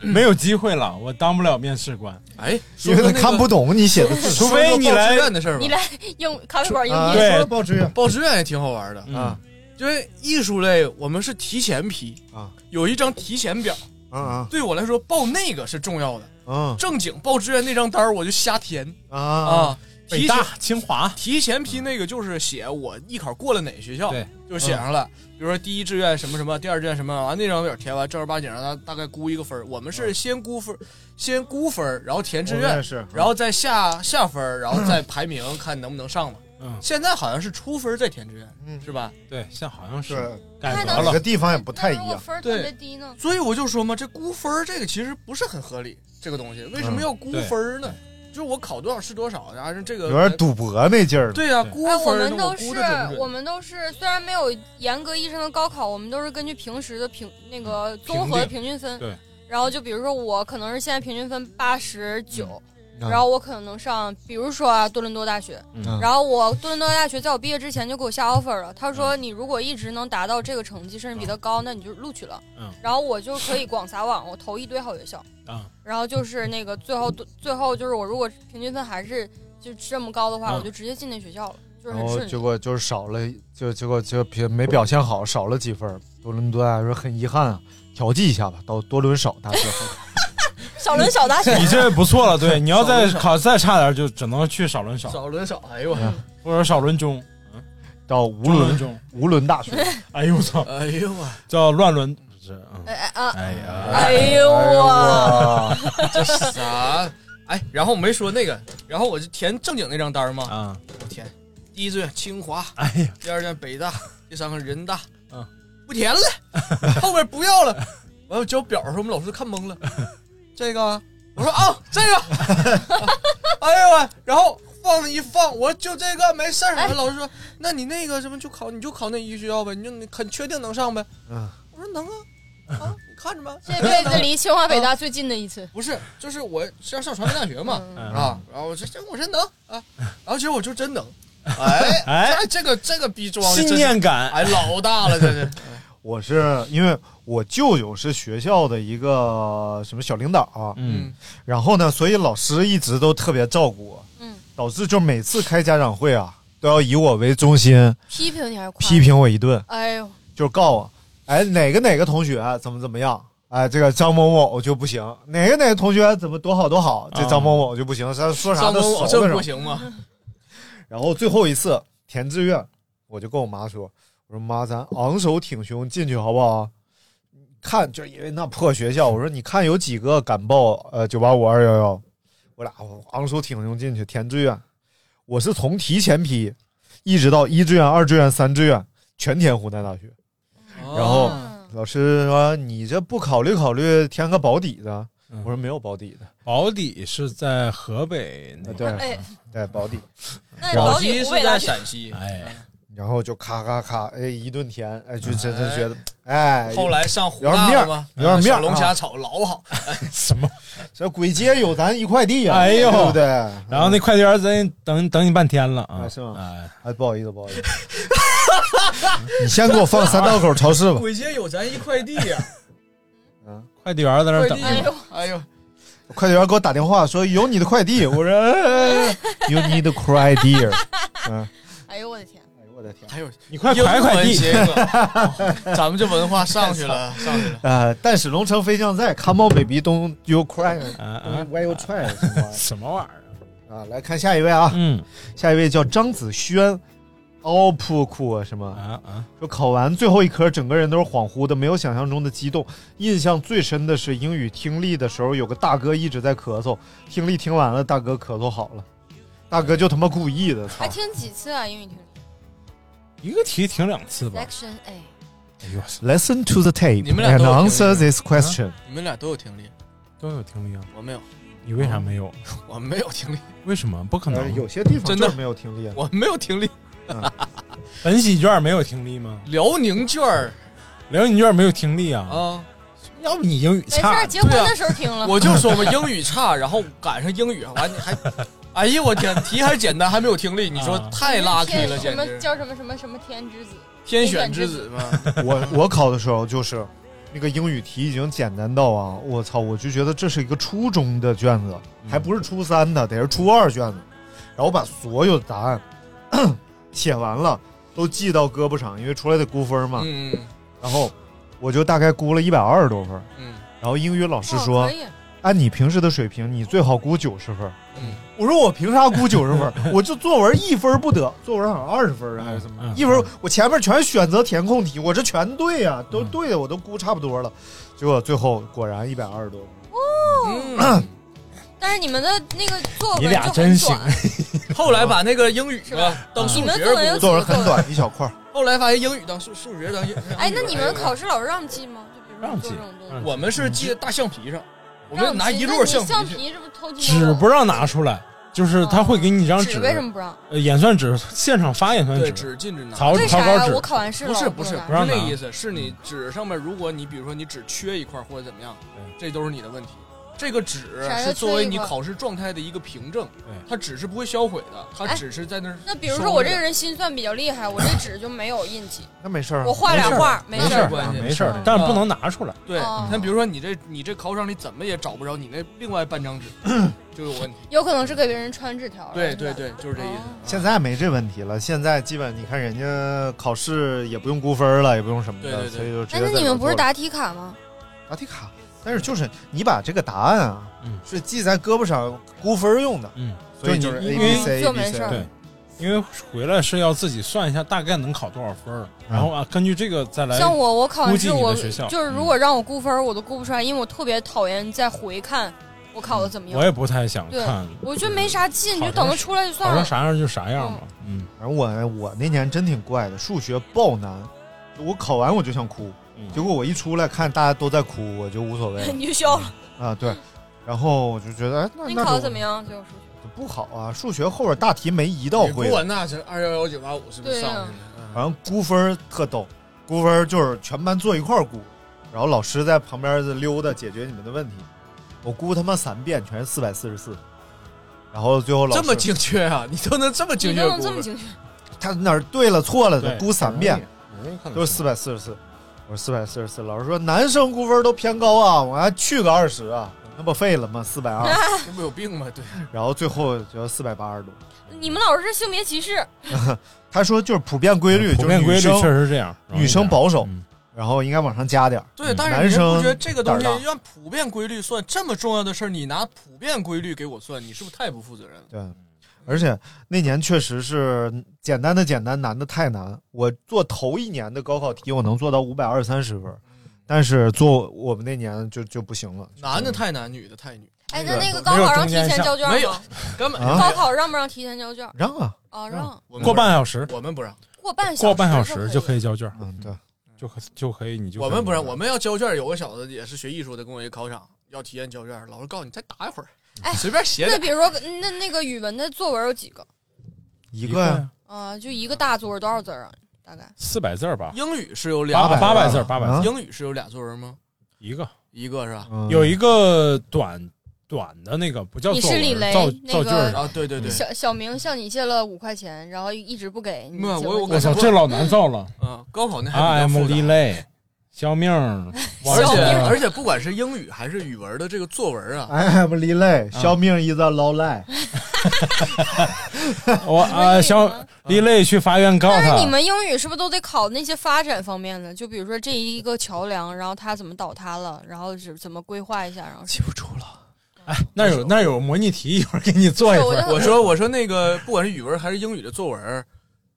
没有机会了，我当不了面试官，哎，因为他看不懂你写的字，说说除非你来报志愿的事儿吧你，来用咖啡馆用啊你，对说报志愿报志愿也挺好玩的，啊因为艺术类我们是提前批啊，有一张提前表，啊啊对我来说报那个是重要的。啊正经报志愿那张单儿我就瞎填啊啊，北提前大、清华，提前批那个就是写我艺考过了哪学校，对，就嗯写上了，比如说第一志愿什么什么，第二志愿什么，完那张表填完，正儿八经让他大概估一个分儿我们是先估分，先估分儿，然后填嗯志我愿也是，嗯然后再下下分儿，然后再排名，看能不能上嘛。嗯，现在好像是出分儿再填志嗯愿，是吧？对，现在好像是是改还革能每了个，地方也不太一那如果样。分儿特对别低呢？所以我就说嘛，这估分儿这个其实不是很合理，这个东西为什么要估对分儿呢？就是我考多少是多少，然后这个有点赌博那劲儿，对呀、对估哎，分我儿们呢都我是估的准不我准？们都是，虽然没有严格意义上的高考，我们都是根据平时的平那个综合的平均分。嗯对。然后就比如说我可能是现在平均分八十九，嗯然后我可能上，比如说啊多伦多大学，哎嗯然后我多伦多大学在我毕业之前就给我下 offer 了，他说你如果一直能达到这个成绩，甚至比他高，那你就录取了。嗯然后我就可以广撒网，我投一堆好学校。啊，然后就是那个最后最后就是我如果平均分还是就这么高的话，嗯我就直接进那学校了，就是然很后顺利结。果就是少了，就结果就别没表现好，少了几分儿。多伦多啊，说很遗憾啊，调剂一下吧，到多伦少大学。小伦小大学，你这不错了，对，你要再考再差点，就只能去少伦少少轮少，哎呦我，或者少伦中、嗯到无中伦伦中。无伦大学， [laughs] 哎呦我操，哎呦我，叫乱伦，不是，嗯哎哎啊，哎呀，哎呦我，哇，这啥？ [laughs] 哎，然后我没说那个，然后我就填正经那张单儿嘛，啊，我填第一志愿清华，哎呀，第二志愿北大，第三个人大，嗯，不 [laughs] 填了，后面不要了。完我交表的时候，我们老师看懵了，这个，我说啊，这个， [laughs] 哎呦喂，然后放一放，我就这个没事儿。完老师说，那你那个什么就考，你就考那一学校呗，你就你肯确定能上呗？嗯，我说能啊，啊，你看着吧，这辈子离清华北大最近的一次。不是，就是我是要上传媒大学嘛，嗯嗯啊，然后我说这我说能啊啊，后其实我就真能，嗯哎哎这这个这个逼装的真是信念感哎老大了， [laughs] 这是。我是因为我舅舅是学校的一个什么小领导、啊，嗯，然后呢，所以老师一直都特别照顾我，嗯，导致就每次开家长会啊，都要以我为中心批评你还是夸？批评我一顿，哎呦，就是告我，哎，哪个哪个同学啊怎么怎么样，哎，这个张某某就不行，哪个哪个同学怎么多好多好，这张某啊某就不行，他说啥上都公怂我的这上不。行吗？然后最后一次填志愿，我就跟我妈说：“我说妈，咱昂首挺胸进去好不好？看，就是因为那破学校，我说你看有几个敢报呃九八五二幺幺，我俩昂首挺胸进去填志愿，我是从提前批一直到一志愿、二志愿、三志愿全填湖南大学。然后哦老师说你这不考虑考虑填个保底的？我说没有保底的，保底是在河北哦那对、哎，对保底。”那然后老宝李鸡湖是北在大学，陕西，哎，然后就咔咔咔，哎，一顿甜，哎，就真的觉得，哎，后来上湖有点大面了儿吗，？有点面小儿。龙虾啊炒老好，什么？这鬼街有咱一块地啊，哎呦对不对？然后那快递员在等等你半天了啊啊，，是吗？哎，哎， [laughs] 不好意思，不好意思，你先给我放三道口超市吧。鬼街有咱一块地 [laughs] 呀，快递员在那儿快等递着呢。，嗯哎呦，快递员给我打电话说有哦你的快递，我说哎哎哎 you need a 快递。嗯，哎呦我的天，哎呦我的天，还有你快快快递， [laughs] 英文邪恶咱们这文化上去了，上去了。 [laughs] 呃，但使龙城飞将在，Come on baby don't you cry，啊 why you try 什么玩意什么玩意儿？儿啊？来看下一位啊，嗯下一位叫张子轩，奥普库什么？啊啊，说考完最后一科，整个人都是恍惚的，没有想象中的激动。印象最深的是英语听力的时候，有个大哥一直在咳嗽，听力听完了，大哥咳嗽好了，大哥就他妈故意的，操哎还！听几次啊？英语听力一个题停两次吧。 section A，哎呦， Listen to the tape 你们俩 and 都有 answer 听力 this question。你们俩都有听力，都有听力啊？我没有，你为啥没有？我没有听力，为什么？不可呃能。有些地方真的就是没有听力啊，我没有听力。本喜卷没有听力吗？辽宁卷儿辽宁卷没有听力啊？嗯啊，要不你英语没事儿，差？结婚的时候听了，我就说嘛，英语差，然后赶上英语完你还，哎呀我天，题还简单，还没有听力，你说啊太 lucky 了，什简么直叫什么什么什么天之子，天选之子嘛。我我考的时候就是，那个英语题已经简单到啊，我操，我就觉得这是一个初中的卷子，还不是初三的，得是初二卷子。然后把所有的答案 [coughs] 写完了，都记到胳膊上，因为出来得估分嘛。嗯然后我就大概估了一百二十多分。嗯然后英语老师哦说可以，：“按你平时的水平，你最好估九十分。嗯，”我说：“我凭啥估九十分？我就作文一分不得，作文好像二十分啊还是怎么着？嗯一会儿我前面全是选择填空题，我这全对呀、都对的，我都估差不多了。结果最后果然一百二十多， [coughs] 嗯，但是你们的那个作文你俩就很真行 [laughs] 短后来把那个英语吧当数你们学作文有估，几作文个很短，一小块儿。后来发现英语当数数学 [laughs] 当英。哎，那你们考试老师让记吗？就比如说做这种啊东西，让记我们是记在大橡皮上，我让们拿记一那摞你橡橡皮 [laughs] 去。皮，这不偷鸡纸摸不让拿出来，就是他会给你一张狗纸，为什么不让？呃演算纸，现场发嗯演算对，纸，只禁止拿。草为草啥稿呀？纸。我考完试不了，是我不是能拿不让是那拿嗯意思，是你纸上面，如果你比如说你只缺一块或者怎么样，这都是你的问题。这个纸啥叫是作为你缺一块考试状态的一个凭证对，它纸是不会销毁的，它哎只是在那儿。那比如说我这个人心算比较厉害，我这纸就没有印记，那没事儿我，画俩画没没事事儿儿。关系没事儿嗯，但是不能拿出来。对哦，那比如说你这你这考场里怎么也找不着你那另外半 [laughs] 张纸，就有问题。有可能是给别人穿纸条了。对是对吧，对，就是这意思啊哦。现在没这问题了。现在基本你看人家考试也不用估分了，也不用什么的，对对对所以就直哎，接那在你这们不做是了答题卡吗？答题卡，但是就是你把这个答案啊，嗯是记在胳膊上估分用的，嗯，所以就是就你 A 因 B 为 C 嗯做 A 没 B 事 C。儿对，因为回来是要自己算一下大概能考多少分儿，然后啊根据这个再来。嗯像我，我考完估计试你的我学校就是如果让我估分儿，我都估不出来，因为我特别讨厌再回看我考的怎么我样。也不太想对看，我觉得没啥劲，好就像等它出来就算考成了。啥样就啥样吧。嗯反正我我那年真挺怪的，数学爆难，我考完我就想哭，嗯结果我一出来看大家都在哭，我就无所谓了你就笑了。啊，对。然后我就觉得，哎，那你那考的种怎么样？就是不好啊？数学后边大题没一道你会不的，管那是二幺幺九八五是不是对啊上去了？嗯反正估分儿特逗，估分儿就是全班坐一块儿估，然后老师在旁边儿溜达解决你们的问题。我估他妈三遍，全是四百四十四，然后最后老师这么精确啊？你都能这么精你确都估能了？这么精确，他哪儿对了错了的对估三遍，都是四百四十四。我说四百四十四，老师说男生估分都偏高啊，我还去个二十啊，那不废了吗？四百二，这不有病吗？对，然后最后就四百八十多。你们老师是性别歧视，他说就是普遍规律，就普是遍规女律生确实是这样，容易女生这样保守嗯然后应该往上加点儿。对，嗯但男是你生不觉得这个东西胆儿大让普遍规律算这么重要的事儿，你拿普遍规律给我算，你是不是太不负责任了？对，而且那年确实是简单的简单，难的太难。我做头一年的高考题，我能做到五百二三十分，但是做我们那年就就不行了。嗯男的太难，女的太女，哎，那对那个没高有考中让提间前项交卷没有吗？根本啊高考让不让提前交卷？让啊，哦，让，我们过不让半小时，我们不让，过半过半小时时就可以。以交卷，嗯，对，就可就可以你就我可以们不让，我们要交卷。有个小子也是学艺术的，跟我一考场要提前交卷，老师告诉你再打一会儿，哎随便写那点。比如说，那那个语文的作文有几个？一一个呀个啊，就一个大作文多少字儿啊？大概四百字儿吧，英语是有八俩百八百字儿，八百字儿啊英语是有俩作文吗？一个，一个是吧？嗯有一个短短的那个不叫你是作文李雷造那造个句儿的，啊，对对对，小小明向你借了五块钱，然后一直不给。你没有借我了我几我哦操，这老难造了。嗯，高考那还 I 比 am 较复李杂。雷，小命儿，王而且者而且，不管是英语还是语文的这个作文啊， ，I have l e 嗯小命一在老赖，我啊小李雷去法院告但是你他，们英语是不是都得考那些发展方面的？就比如说这一个桥梁，然后它怎么倒塌了，然后是怎么规划一下， [laughs] 然后是记不住了。那有那有模拟题，一会儿给你做一份儿。我说我说那个，不管是语文还是英语的作文，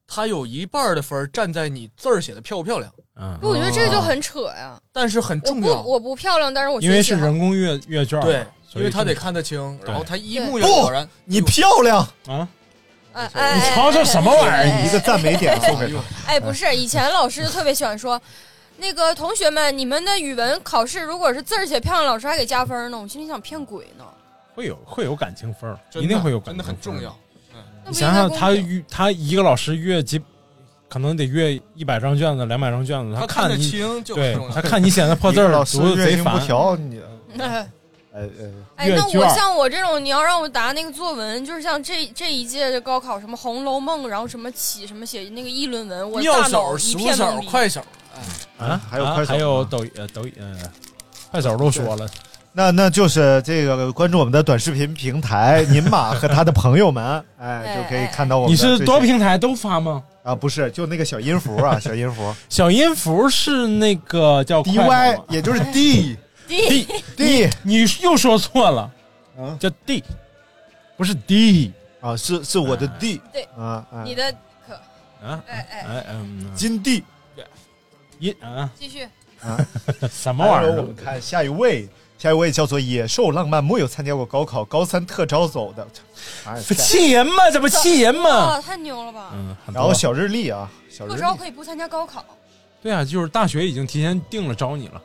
它有一半的分儿站在你字儿写的漂不漂亮，嗯，不，我觉得这个就很扯呀、但是很我重不要。我不漂亮，但是我因为是学习好。人工阅阅卷儿，对，所因以为他得这看得清，然后他一目对了然。你漂亮，啊，哎哎，你哎瞧瞧什么玩意儿？一个赞美点送给他。 [laughs] 哎，不是，以前老师特别喜欢说，那个同学们，你们的语文考试如果是字儿写漂亮，老师还给加分呢。我心里想，骗鬼呢，会有会有感情分儿，真的一定会有感真情的分很儿重要。。那你不想应该想，公他平阅他一个老师阅几，可能得阅一百张卷子、两百张卷子，他看得你，清就很对重他要。看你写的破字一个儿老师读的月贼经不烦，调，你哎哎，阅那卷我儿像我这种，你要让我答那个作文，就是像这这一届的高考，什么《红楼梦》，然后什么起什么写那个议论文，我妙大脑手、一熟片手懵、逼。快手，啊，还有快手还有呢抖音呃抖音呃，快手都说了，那那就是这个关注我们的短视频平台您马和他的朋友们，哎，哎就可以看到我们你的最是新。多平台都发吗？啊？不是，就那个小音符 [laughs] 啊，小音符小音符是那个叫快 D 手 Y，吗也就是 D D， D 你又说错了，啊叫 D，不是 D 啊，是是我的 D，对啊，啊哎你的可啊，哎哎，哎嗯，金 D。音啊继续。什么玩意还有我儿们？看下一位，下一位叫做野兽浪漫木，有参加过高考高三特招走的，哎不气人吗？这不气人嗯吗？哇，啊太牛了吧！嗯，很然多后小日历啊，小日特历招可以不参加高考，对啊，就是大学已经提前定了招你了，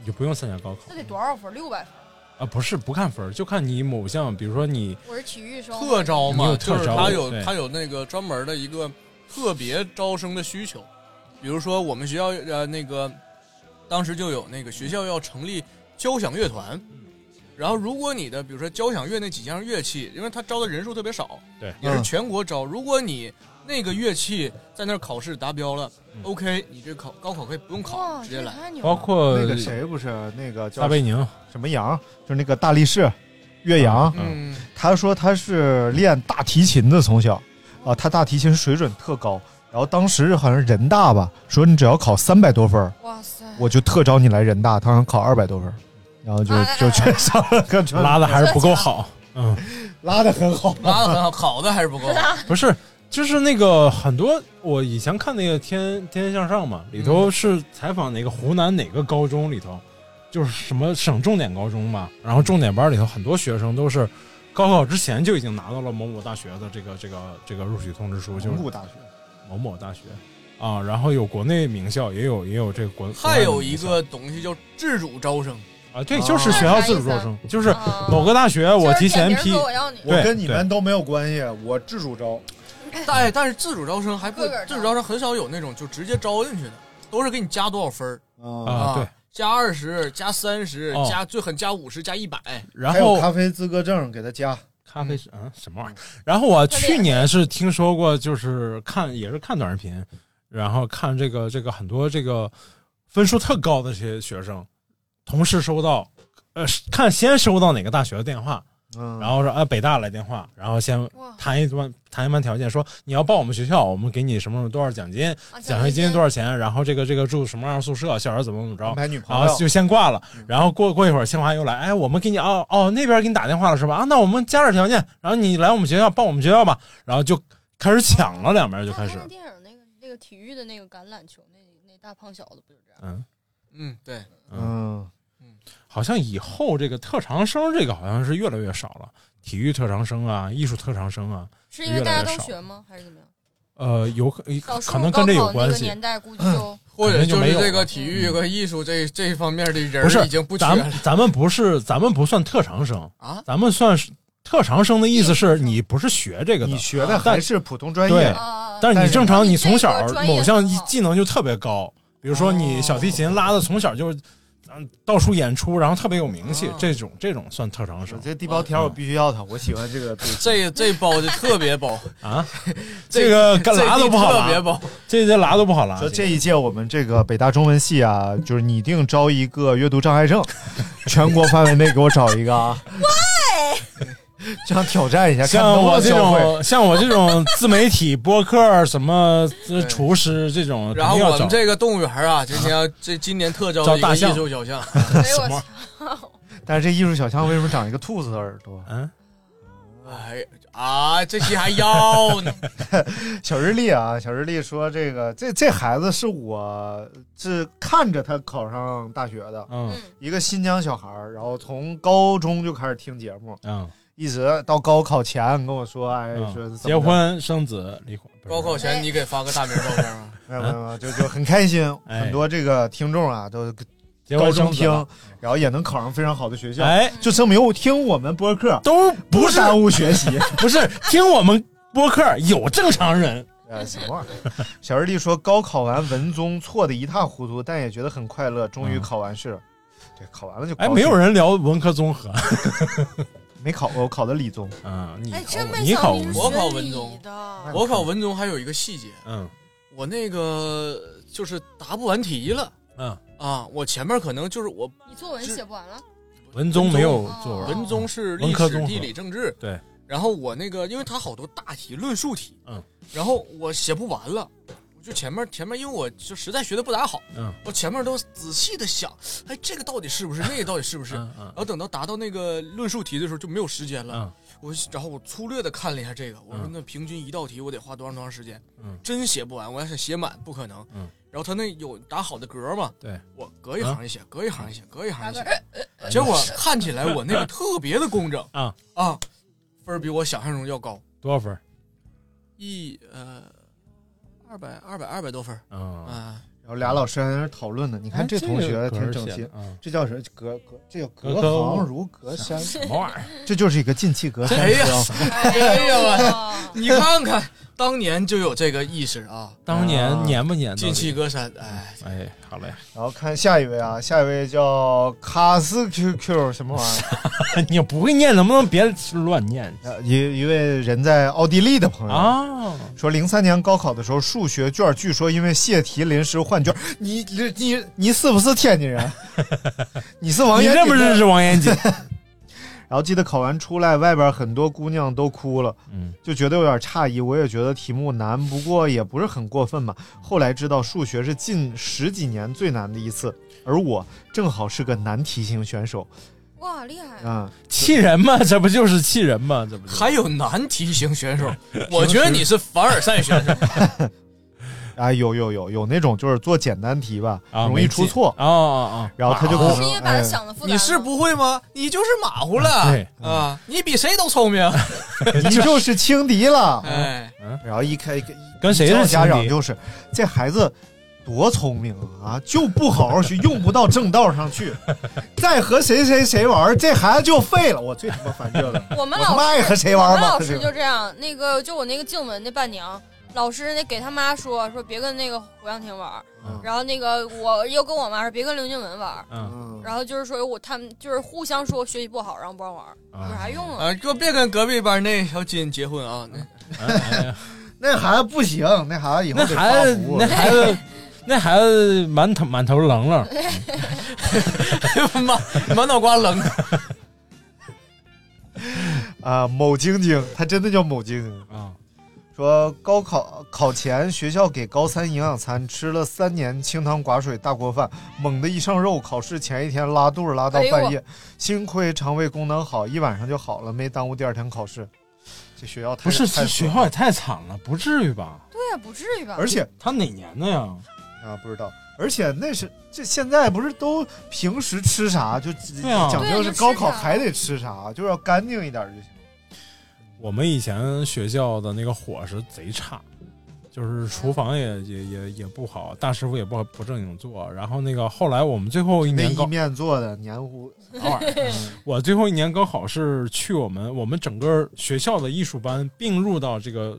你就不用参加高考这得多少分？六百分。啊。不是不看分儿，就看你某项，比如说你我是体育生，特招你嘛，有特就是招他有对他有那个专门的一个特别招生的需求，比如说我们学校呃那个当时就有那个学校要成立交响乐团，然后如果你的比如说交响乐那几样乐器，因为他招的人数特别少，对嗯也是全国嗯招，如果你那个乐器在那儿考试达标了嗯，OK，你这考高考可以不用考，哇，直这接也来。太牛了。包括那个谁不是那个撒叫贝宁，什么羊，就是那个大力士岳阳，嗯，他说他是练大提琴的，从小啊，他大提琴水准特高。然后当时好像人大吧，说你只要考三百多分儿，哇塞，我就特招你来人大。他好像考二百多分儿，然后就哎哎哎就全上了个专拉的还是不够好。嗯，拉的很好。拉的很好，考的还是不 [laughs] 够。不是，就是那个很多我以前看那个《天天天向上》嘛，里嗯头是采访哪个湖南哪个高中里头，就是什么省重点高中嘛，然后重点班里头很多学生都是高考之前就已经拿到了某某大学的这个这个这个录取通知书，就是蒙古大学，某某大学啊，然后有国内名校，也有也有这个国，还有国外的一名校个东西叫自主招生，啊，对，就是学校自主招生，就是啊某个大学我提前就是点批名说，我要你，我对跟你们都没有关系，我自主招。但哎但是自主招生还不个个儿招自主招生很少有那种就直接招进去的，都是给你加多少分儿啊，啊，对，，加二十，加三十哦，加最狠加五十，加一百。然还有后咖啡资格证给他加，咖啡是嗯什么玩意儿？然后我去年是听说过，就是看也是看短视频，然后看这个这个很多这个分数特高的这些学生，同事收到，呃，看先收到哪个大学的电话，嗯然后说啊北大来电话，然后先谈一段谈一番条件，说你要报我们学校，我们给你什么多少奖金，哦奖学金多少钱，然后这个这个住什么样的宿舍，小孩怎么怎么着，安排女朋友嗯然后就先挂了。然后过过一会儿，清华又来，哎，我们给你哦哦，那边给你打电话了是吧？啊，那我们加点条件，然后你来我们学校报我们学校吧。然后就开始抢了，两边就开始，电影那个那个体育的那个橄榄球那那大胖小子不就这样？嗯嗯，对，嗯好像以后这个特长生这个好像是越来越少了，体育特长生啊，艺术特长生啊，是因为越大来家越都少学吗？还是怎么样？呃，有可少数可能跟这高有考关那个系嗯年。代估计就或可者能就就没是有这个了体育和艺术这这方面的人不是已经不缺咱了们。咱们不是咱们不算特长生啊，咱们算是特长生的意思是你不是学这个的，啊你学的但还是普通专对啊业，，但是你正常你你这从个小专业某项很一好哦技能就特别高，比如说你小提琴拉的从小就嗯到处演出，然后特别有名气，这种这种算特长生啊这地包天我必须要它，我喜欢这个东西。这这包的特别 [laughs] 薄，啊，这这个干 [laughs] 这拉都不好特别拉，薄。这这拉都不好拉说。这一届我们这个北大中文系啊，就是拟定招一个阅读障碍 [laughs] 症，全国范围内给我找一个啊！喂， [laughs] 这样挑战一下，看像能不我能这教会。种像我这种自 [laughs] 媒体播客什么呃厨师这种，然后肯定要我找们这个动物园啊，今 [laughs] 天这今年特招招一个大象艺术小象，哎呦我么操！ [laughs] 但是这艺术小象为什么长一个兔子的耳朵？嗯哎啊，这期还要呢， [laughs] 小日历啊，小日历说这个这这孩子是我是看着他考上大学的嗯一个新疆小孩儿，然后从高中就开始听节目，嗯一直到高考前跟我说，哎，嗯说怎结么着婚生子离婚，不是高考前你给发个大名照片吗？没有没有没有，就就很开心，哎很多这个听众啊都结高婚生中子听了，然后也能考上非常好的学校，哎，就证明我听我们播客都不不是耽误学 [laughs] 习。不是听我们播客有正常人，哎，什么玩意儿？小日历说高考完文综错的一塌糊涂，但也觉得很快乐，终于嗯考完试了。对，考完了就哎，高没有兴人聊文科综合，没考过，我考的理综。嗯，你哎，考真过没你想考到过你是吗我考学文理综的， [laughs] 我考文综还有一个细节，嗯我那个就是答不完题了嗯，啊，我前面可能就是我你作文写 [laughs] 不完了，文综没有作哦文，啊文综是文历科史综、合地理、政治，对。然后我那个，因为它好多大题、论述题，嗯，然后我写不完了，我就前面前面，因为我就实在学的不咋好，嗯，我前面都仔细的想，哎，这个到底 [laughs] 是不是，那个到底是不是？嗯然嗯后等到达到那个论述题的时候就没有时间了，嗯，我然后我粗略的看了一下这个，我说嗯那平均一道题我得花多长多长时间？嗯真写不完，我要是写满不可能。嗯，然后他那有打好的格嘛，对，我隔一行一写，隔一行一写，隔一行一写，哎结果看起来我那个特别的工整啊啊，分儿比我想象中要高，多少分？一呃二百二百二百多分儿嗯，啊，然后俩老师还在那儿讨论呢，你哎看这同学挺整齐，嗯，这叫什么？隔隔这叫隔隔隔行物如隔山，什么玩意儿？这就是一个近期隔山哎呀之道。哎呀我我你看看当年就有这个意识啊，当年年不年？进气，格栅，哎，哎，好嘞，然后看下一位啊，下一位叫卡斯 QQ 什么玩意儿？ [laughs] 你不会念，能不能别乱念呃一一位人在奥地利的朋友啊？说，零三年高考的时候，数学卷据说因为泄题临时换卷。你你你你是不是天津 [laughs] 人？你是王你源？认不认识？王 [laughs] 彦锦？然后记得考完出来，外边很多姑娘都哭了，嗯，就觉得有点诧异。我也觉得题目难，不过也不是很过分嘛。后来知道数学是近十几年最难的一次，而我正好是个难题型选手哇厉害！啊、气人嘛，这不就是气人嘛，这不就是还有难题型选手，我觉得你是凡尔赛选手，啊！有有有有那种就是做简单题吧，啊容易出 [laughs] 错，啊啊然后他就可是能因为把哎它想的复杂了吗，你是不会吗？你就是马虎了对啊，你比谁都聪明，你就是轻敌了。哎， [laughs] 然后一开一个啊，跟谁是家亲长弟？就是这孩子多聪明啊，就不好好学，用不到正道上去，再和谁谁谁玩，这孩子就废了。我最他妈烦这个， [laughs] 我们我他老妈爱和谁玩我们玩老这师个就这样，那个就我那个静文那伴娘，老师那给他妈说说别跟那个胡杨婷玩儿，然后那个我又跟我妈说别跟刘静文玩儿，嗯然后就是说我他们就是互相说我学习不好，然后不让玩儿，有啥用啊？啊，就别跟隔壁班那小金结婚啊！那那孩子不行，那孩子以后那得孩子发福，那孩 [laughs] 子，那孩子满头满头棱哦棱， [laughs] 满满脑瓜棱。啊，某晶晶，他真的叫某晶晶啊。说高考考前，学校给高三营养餐，吃了三年清汤寡水大锅饭，猛的一上肉，考试前一天拉肚子拉到半夜，哎呦幸亏肠胃功能好，一晚上就好了，没耽误第二天考试。这学校太不是太这学校也太惨了，不至于吧？对呀，不至于吧？而且他哪年的呀？啊不知道，而且那是这现在不是都平时吃啥就对啊讲究对是就吃高考啥还得吃啥，就是要干净一点就行。我们以前学校的那个伙食贼差，就是厨房也也也也不好，大师傅也不好不正经做。然后那个后来我们最后一那年一高，面做的黏糊，嗯我最后一年高考是去我们我们整个学校的艺术班并入到这个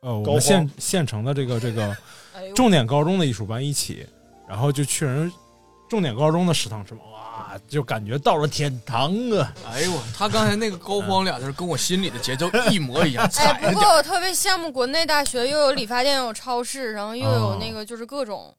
呃我高们县光县城的这个这个哎呦重点高中的艺术班一起，然后就去人重点高中的食堂吃，哇，就感觉到了天堂呃啊！哎呦，我他刚才那个高光俩字儿跟我心里的节奏一模一样， [laughs] 哎，踩着不点过儿。我特别羡慕国内大学，又有理发店，又有超市，然后又有那个就是各种，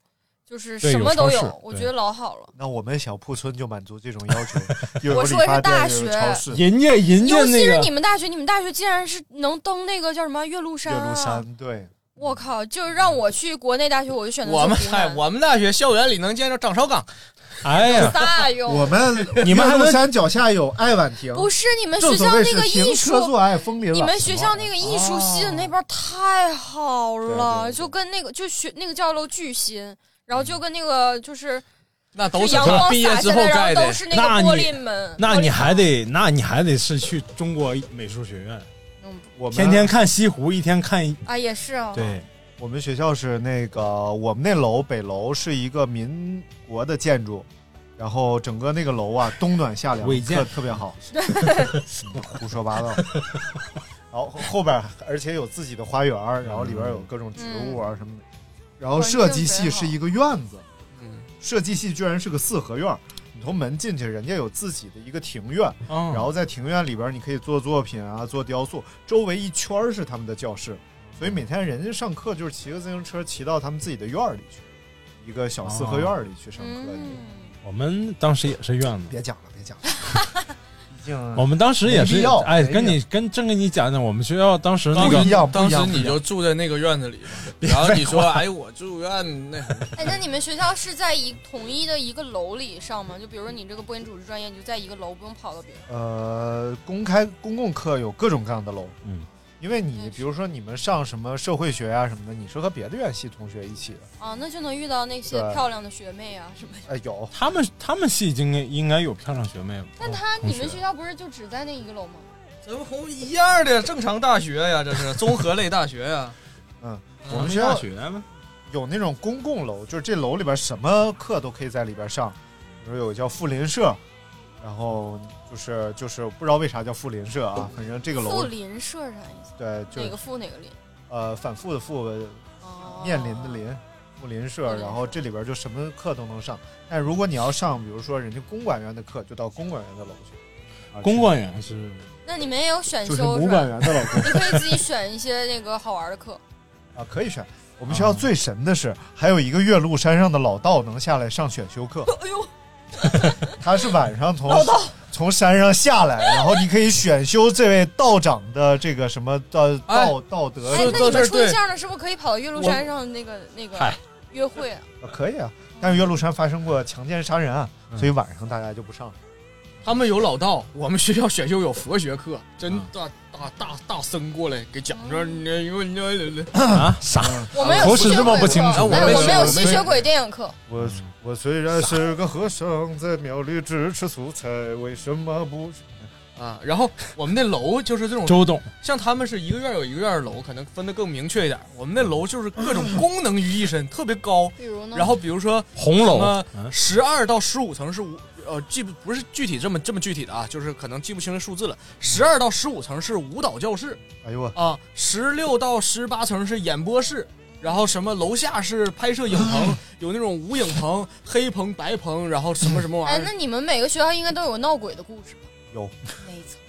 就是对什么都有超市有，我觉得老好了。 [laughs] 那我们小铺村就满足这种 [laughs] 要求，又有我理说的是发大店，又有学超市。人家人家尤其那是个你们大学，你们大学竟然是能登那个叫什么岳麓山岳麓啊！山，对，我靠，就是让我去国内大学，我就选择我们去湖嗨，南我们大学校园里能见着张绍刚，哎呀，大用。 [laughs] 我 [laughs] 们你们还岳能麓山脚下有爱晚亭，不是你们学正所校谓那是个停艺车术坐爱啊枫林晚。你们学校那个艺术系的那边太好了，就跟那个就学那个叫楼巨星，然后就跟那个就是 [laughs] 那就都是阳他光毕业洒之下后来，盖然后的都。是个那玻你璃门。那玻你璃还得，那你还得是去中国美术学院，我们天天看西湖，一天看一啊也是啊，对，我们学校是那个我们那楼北楼是一个民国的建筑，然后整个那个楼啊冬暖夏凉，违建特特 [laughs] 别好，胡说八道。然后后边而且有自己的花园儿，然后里边有各种植嗯物啊什么的。然后设计系是一个院子，嗯设计系居然是个四合院儿。你从门进去，人家有自己的一个庭院，然嗯然后在庭院里边，你可以做作品啊，做雕塑，周围一圈儿是他们的教室，所以每天人家上课就是骑个自行车骑到他们自己的院儿里去，一个小四合院儿里去上课。嗯，我们当时也是院子，别讲了，别讲了，毕竟我们当时也没是必要哎，没必跟你跟正跟你讲讲，我们学校当时那不个一样不当一时样你就住在那个院子 [laughs] 里，然后你说：“哎，我住院 [laughs] 那哎，那你们学校是在一统一的一个楼里上吗？就比如说你这个播音主持专业，你就在一个楼，不用跑到别人。呃，公开公共课有各种各样的楼，嗯，因为你比如说你们上什么社会学啊什么的，你是和别的院系同学一起的，啊，那就能遇到那些对漂亮的学妹啊什么的。哎，有他们他们系应该应该有漂亮学妹吧，但他同你们学学校不是就只在那一个楼吗？怎么不一样的正常大学呀？这 [laughs] 是综合类大学呀。我们学大校学吗？有那种公共楼，就是这楼里边什么课都可以在里边上，比如有个叫富林社，然后就是就是不知道为啥叫富林社啊，反正这个富楼林社啥意思？对就哪是个富哪个林？呃反复的复哦面临的临富林富社，林社然后这里边就什么课都能上，但如果你要上比如说人家公管员的课，就到公管员的楼去，啊公管员是那你们也有选就是啊修母是管员吧？的 [laughs] 楼你可以自己选一些那个好玩的课。啊可以选。我们学校最神的是，还有一个岳麓山上的老道能下来上选修课。哎呦，他是晚上从从山上下来，然后你可以选修这位道长的这个什么呃道哎道道德哎是，到那你这儿们处对对象的是不是可以跑到岳麓山上那个那个嗨约会啊？啊可以啊。但是岳麓山发生过强奸杀人案，所以晚上大家就不上了。他们有老道，我们学校选修有佛学啊课，真大大大大僧过来给讲这，啊啥？嗯我们有口吸齿血这么鬼不清课楚哎我没我们有学吸过血鬼电影课。我我虽然是个和尚，在庙里只吃素菜，为什么不？啊，然后我们那楼就是这种周董像他们是一个院儿有一个院儿的楼，可能分得更明确一点儿。我们那楼就是各种功能于一身，特别高。嗯比如呢？然后比如说红什楼啊么十二到十五层是无呃，记不不是具体这么这么具体的啊，就是可能记不清这数字了。十二到十五层是舞蹈教室，哎呦我啊，十六到十八层是演播室，然后什么楼下是拍摄影嗯棚，有那种无影棚、黑棚、白棚，然后什么什么玩哎意，那儿。你们每个学校应该都有闹鬼的故事吧？有，哪一层？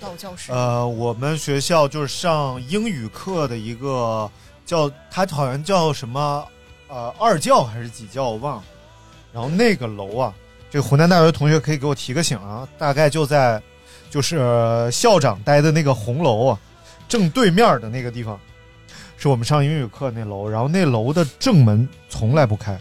到教啊室。呃，我们学校就是上英语课的一个叫，它好像叫什么，呃，二教还是几教我忘了。然后那个楼啊，这个湖南大学的同学可以给我提个醒啊，大概就在就是、呃校长待的那个红楼啊，正对面的那个地方，是我们上英语课那楼。然后那楼的正门从来不开。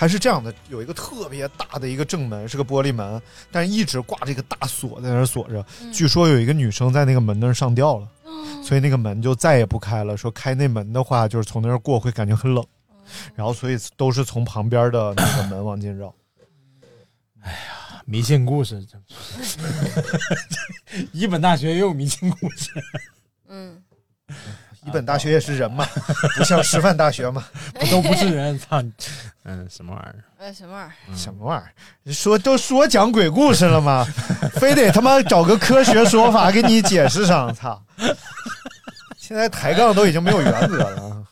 它是这样的，有一个特别大的一个正门，是个玻璃门，但是一直挂着一个大锁在那儿锁着。据说有一个女生在那个门那儿上吊了，所以那个门就再也不开了。说开那门的话，就是从那儿过会感觉很冷，然后所以都是从旁边的那个门往进绕。哎迷信故事，一本大学也有迷信故事。嗯， [laughs] 一本大学也是人嘛，不像师范大学嘛， [laughs] 不都不是人，操！嗯，什么玩意儿？哎，什么玩意儿？什么玩意儿？说都说讲鬼故事了吗？ [laughs] 非得他妈找个科学说法给你解释上，操！现在抬杠都已经没有原则了啊。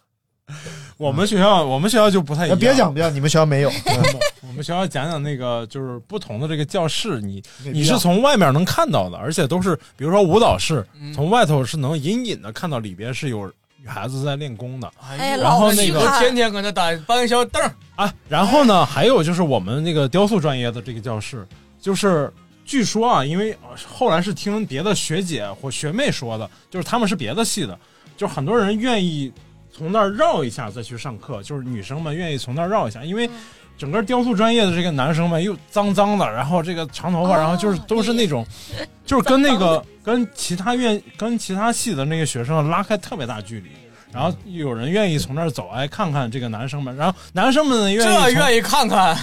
我们学校，我们学校就不太一样。别讲，别讲，你们学校没有。 [laughs] 我们学校讲讲那个，就是不同的这个教室，你没必要你是从外面能看到的，而且都是，比如说舞蹈室，从外头是能隐隐的看到里边是有女孩子在练功的。哎呀然后那个老师看天天搁那打搬个小凳儿，啊，然后呢，还有就是我们那个雕塑专业的这个教室，就是据说啊，因为呃后来是听别的学姐或学妹说的，就是他们是别的系的，就是很多人愿意从那儿绕一下再去上课，就是女生们愿意从那儿绕一下，因为整个雕塑专业的这个男生们又脏脏的，然后这个长头发，然后就是都是那种，就是跟那个跟其他院跟其他系的那个学生拉开特别大距离。然后有人愿意从那儿走，哎，看看这个男生们。然后男生们呢，愿意这从愿意看看。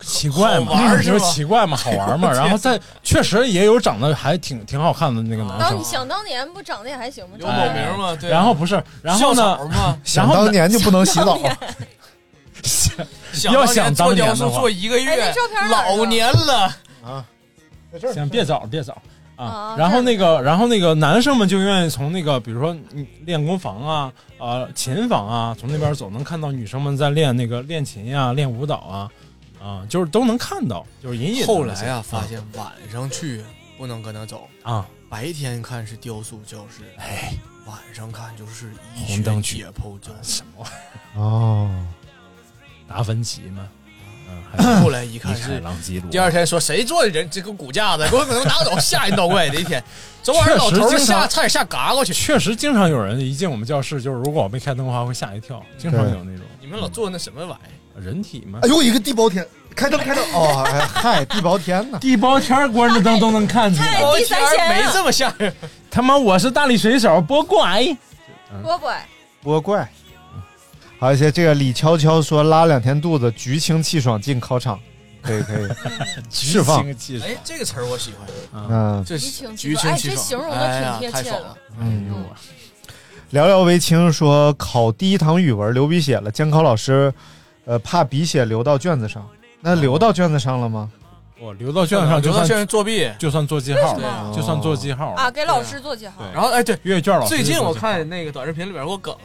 奇怪嘛，好玩儿是 [laughs] 就是吧奇怪嘛，好 [laughs] 玩嘛。然后再确实也有长得还挺挺好看的那个男当生啊你，想当年不长得也还行吗？有某名嘛？对啊。然后不是，然后校呢草嘛，然想后当年就不能洗澡，想要当想年当做雕年塑的话做，一个哎月那照片，哪儿的老年了。行，别找了别找了啊啊。然后这那个，然后那个男生们就愿意从那个，比如说嗯练功房啊、呃琴房啊，从那边走，能看到女生们在练那个练琴呀、练舞蹈啊，啊，就是都能看到，就是隐隐的后那些来啊，发现晚上去不能搁那走，啊，白天看是雕塑教室，哎，晚上看就是医学红灯区解剖教室。什么玩意哦，儿达芬奇嘛，嗯，还有后来一 [coughs] 看米开是。朗基罗。第二天说谁做的人这个骨架子， [laughs] 给我可能拿走，吓人倒怪的一天。昨晚上老头确儿实经吓常差点吓嘎过去。确实，经常有人一进我们教室，就是如果我没开灯的话，会吓一跳，经常有那种你们老做那什么玩意人体嘛哎。呦，一个地包天，开灯开灯哦，哎嗨，地包天呐！地包天关着灯都能看见，哎儿？第三天啊哦没这么吓人。他妈我是大力水手波怪，波怪，波怪。而且这个李悄悄说拉两天肚子，菊清气爽进考 [laughs] 场，可以可以，释放橘青气哎，这个词儿我喜欢，嗯，这激情菊激清哎，气这爽形容哎呀的挺贴太切爽的了。。嗯，聊聊为清说考第一堂语文流鼻血了，监考老师，呃，怕鼻血流到卷子上，那流到卷子上了吗？我留到卷子上就刘道算先生作弊，就算做记号为什了，么就算做记号啊，了。给老师做记号对。然后哎对，阅卷老师最近我就看做那个短视频里边有个梗，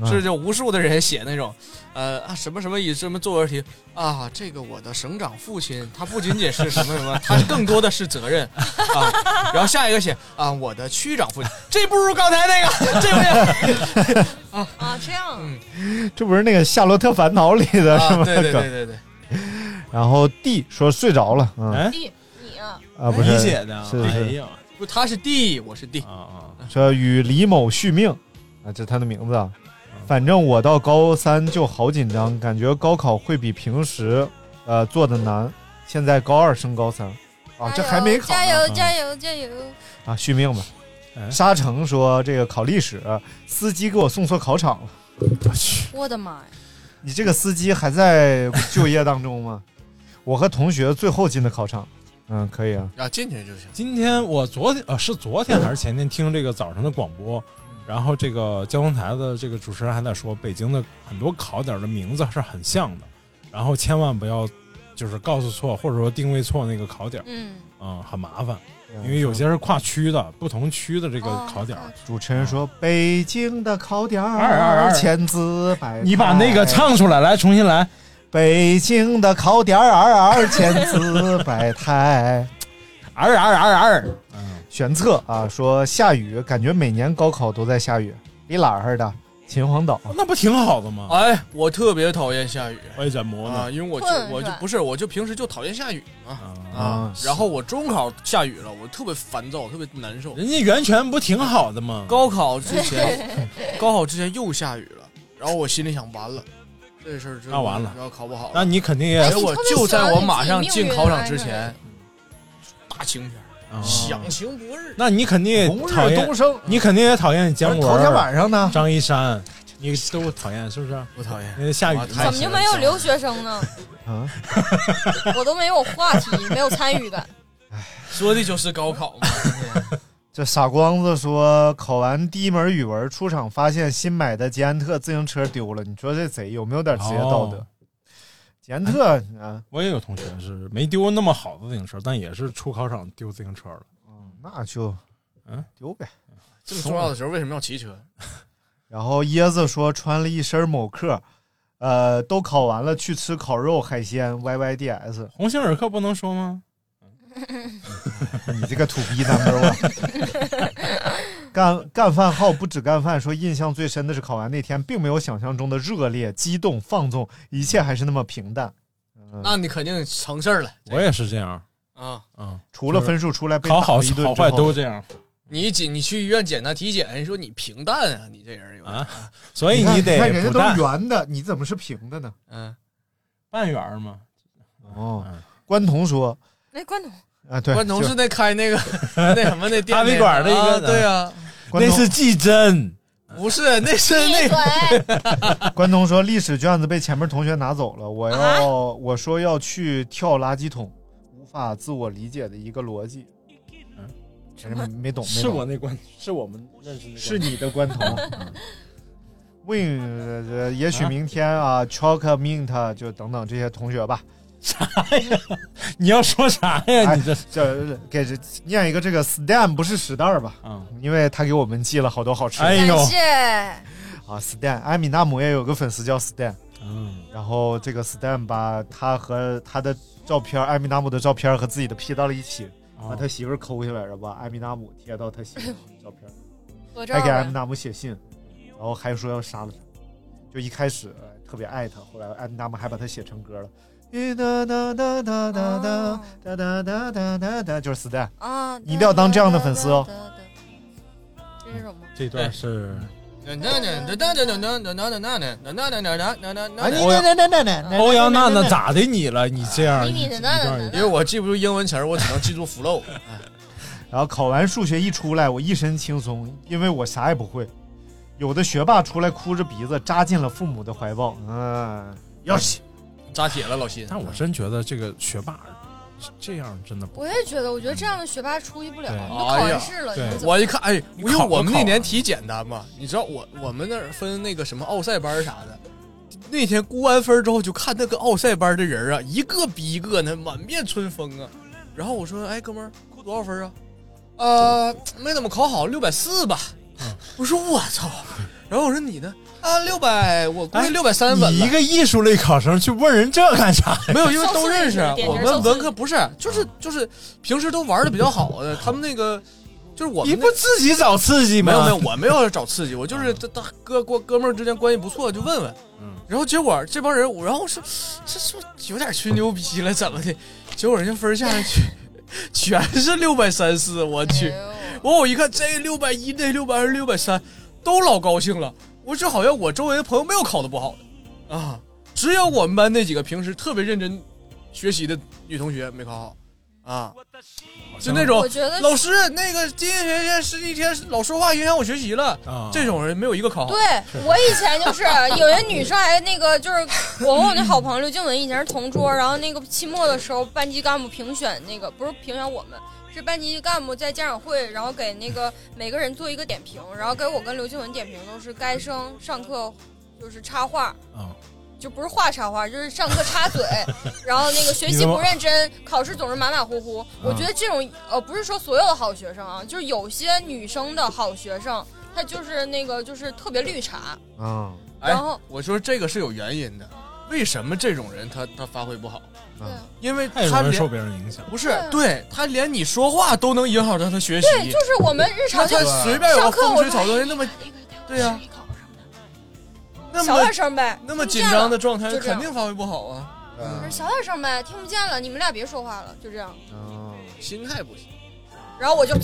嗯是就无数的人写那种，呃啊什么什么以什么作文题啊，这个我的省长父亲，他不仅仅是什么什么，他更多的是责任啊。然后下一个写啊，我的区长父亲，这不如刚才那个，这不是啊，这样嗯啊，这不是那个《夏洛特烦恼》里的是啊？吗？对对梗对对对，然后 D 说睡着了，嗯哎弟，你啊，啊不记是号理解的，是哎是呀不，他是 D，我是 D，啊啊，说与李某续命啊，这是他的名字啊。反正我到高三就好紧张，感觉高考会比平时呃做的难。现在高二升高三啊，这还没考加呢油加油加油！啊，续命吧哎。沙城说这个考历史，司机给我送错考场了。 [laughs] 我去，我的妈呀！你这个司机还在就业当中 [laughs] 吗？我和同学最后进的考场，嗯，可以啊。啊进去就行。今天我昨天呃是昨天还是前天听这个早上的广播，然后这个交通台的这个主持人还在说，北京的很多考点的名字是很像的，然后千万不要就是告诉错或者说定位错那个考点，嗯，啊，很麻烦，因为有些是跨区的，不同区的这哦个考点。主持人说：“北京的考点二二二千姿百态。”你把那个唱出来，来重新来。北京的考点二二 [laughs] 千姿百态，二二二二。玄策啊，说下雨，感觉每年高考都在下雨。离哪儿的？秦皇岛。哦那不挺好的吗？哎，我特别讨厌下雨。哎，怎么啊？因为我就困是吧我就不是，我就平时就讨厌下雨哦啊啊啊。然后我中考下雨了，我特别烦躁，特别难受。人家源泉不挺好的吗？高考之前，高考之前又下雨了，然后我心里想，完了，这事儿真的那完了要考不好。那你肯定也哎结果就在我马上进考场之前，嗯大晴天，啊想晴不日。那你肯定也同日讨厌东升你肯定也讨厌姜文。头天晚上呢？张一山，你都讨厌是不是？不讨厌，那下雨我太怎么就没有留学生呢？啊， [laughs] 我都没有话题，没有参与感。说的就是高考嘛。这傻光子说，考完第一门语文，出场发现新买的捷安特自行车丢了。你说这贼有没有点职业道德哦？捷安特啊，我也有同学是没丢那么好的自行车，但也是出考场丢自行车了。那就嗯丢呗。这么重要的时候为什么要骑车？然后椰子说穿了一身某客，呃，都考完了去吃烤肉海鲜 YYDS。鸿星尔克不能说吗？你这个土逼 number one。干干饭号不止干饭说，印象最深的是考完那天，并没有想象中的热烈、激动、放纵，一切还是那么平淡。嗯那你肯定成事儿了我也是这样，啊！嗯，除了就是分数出来被考打好了一顿好之坏都后，这样你一检，你去医院检查体检，人说你平淡啊，你这人有点啊，所以你得看人家不都但是圆的，你怎么是平的呢？嗯，半圆儿嘛。哦嗯，关彤说哎，关总，啊，对，关彤就是那开那个那什么那店咖啡馆的一个啊对啊，关彤季真，不是那是闭那嘴个！关东说历史卷子被前面同学拿走了，我要、我说要去跳垃圾桶，无法自我理解的一个逻辑。嗯真是没没懂，没是懂我那关，是我们认识那关是你的关头。Win，呃也许明天啊 c h o c o Mint 就等等这些同学吧，你要说啥呀？哎你这这给这念一个这个 Stan 不是屎蛋儿吧，啊，因为他给我们寄了好多好吃的、哎呦感，谢。啊。Stan，艾米纳姆也有个粉丝叫 Stan，嗯，然后这个 Stan 把他和他的照片，艾米纳姆的照片和自己的 P 到了一起，把他媳妇儿抠下来，然后把艾米纳姆贴到他媳妇儿的照片，合照还给艾米呗。纳姆写信，然后还说要杀了他。就一开始、呃特别爱他，后来艾米纳姆还把他写成歌了。咦哒哒哒哒哒哒哒哒哒哒哒哒，就是 Stan。哦啊，你一定要当这样的粉丝哦得。得得这是什么？这段是哎呀欧阳娜娜咋的你了？你这样你你一的一那段一因为我记不住英文词儿，我只能记住 flow。然后考完数学一出来，我一身轻松，因为我啥也不会。有的学霸出来哭着鼻子扎进了父母的怀抱，嗯，要死。扎铁了，老辛。但我真觉得这个学霸这这样真的不我也觉得，我觉得这样的学霸出去不了，对你都考完试了，哎呀你怎么我一看，哎，因为考我们考那年体检单嘛，你知道我我们那儿分那个什么奥赛班啥的。那天估完分之后，就看那个奥赛班的人啊，一个比一个呢，满面春风啊。然后我说：“哎，哥们儿，扣多少分啊？”呃，没怎么考好，六百四吧。嗯我说：“我 [laughs] 操！”然后我说：“你呢？”啊，六百，我估计哎六百三稳你了一。个艺术类考生去问人这干啥呀？没有，因为都认识啊受刺激一。点我点受们刺文激科不是，就是就是平时都玩的比较好的，他们那个就是我你哦们那不自己找刺激吗？没有没有，我没有找刺激，我就是这大哥哥哥们儿之间关系不错，就问问。嗯然后结果这帮人，我然后说这是不是有点吹牛逼了，怎么的？结果人家分儿下来去全是六百三四，我去！哎我我一看这六百一，那六百二，六百三，都老高兴了。我就好像我周围的朋友没有考的不好的啊，只有我们班那几个平时特别认真学习的女同学没考好啊，就那种我觉得老师那个今天学院十一天老说话影响我学习了，啊，这种人没有一个考好。对我以前就是有些女生还那个，就是我和我那好朋友刘静文以前是同桌，然后那个期末的时候，班级干部评选那个不是评选我们，是班级干部在家长会，然后给那个每个人做一个点评，然后给我跟刘静文点评都是该生上课就是插话，啊，就不是话插话，就是上课 [laughs] 插嘴，然后那个学习不认真，考试总是马马虎虎。嗯我觉得这种呃，不是说所有的好学生啊，就是有些女生的好学生，她就是那个就是特别绿茶。啊，哎然后，我说这个是有原因的，为什么这种人他他发挥不好？啊对因为太容他易受连别人影响。不是对他连你说话都能影响到他学习，对，就是我们日那常就他随便有上个课风我哎吹草动，那 [laughs] 么对呀、那小点么声呗，那么听紧不见张了的状态就这样肯定发挥不好 [laughs] 啊，我说小点声呗，听不见了，你们俩别说话了，就这样。心态不行。然后我就 [laughs]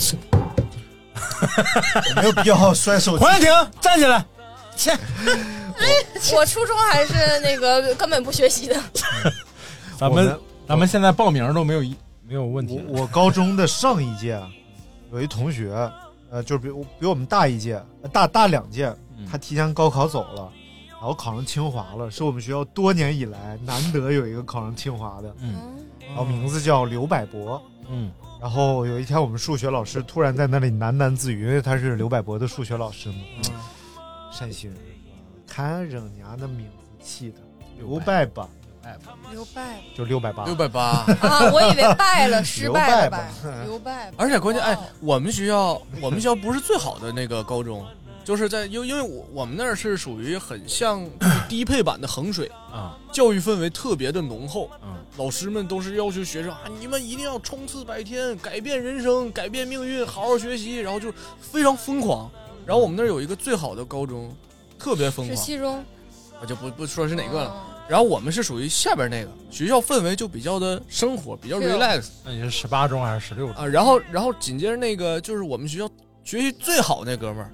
没有必 [laughs] 要摔手机黄。婷站起来，切，我初中还是那个根本不学习的，咱我们们咱们现在报名都没有一没有问题。我我高中的上一届啊有一同学，呃，就是比我比我们大一届，呃大大两届，他提前高考走了，然后考上清华了，是我们学校多年以来难得有一个考上清华的，嗯然后名字叫刘百博。嗯，然后有一天，我们数学老师突然在那里喃喃自语，因为他是刘百博的数学老师嘛，陕西人，看人家那名字起的，刘百吧，刘拜就六百八，六百八， [laughs] 啊，我以为败了，失败了吧刘拜吧，嗯刘拜吧。而且关键哎哇，哦我们学校我们学校不是最好的那个高中， [laughs] 就是在因为因为我我们那儿是属于很像 [coughs] 就是低配版的衡水啊，教育氛围特别的浓厚，嗯，老师们都是要求学生啊，你们一定要冲刺白天，改变人生，改变命运，好好学习，然后就非常疯狂。然后我们那儿有一个最好的高中，特别疯是哦嗯狂，七中我就不不说是哪个了。了？然后我们是属于下边那个学校氛围就比较的生活，比较是哦 relax，那你是十八中还是十六中？啊，然后然后紧接着那个就是我们学校学习最好那哥们儿，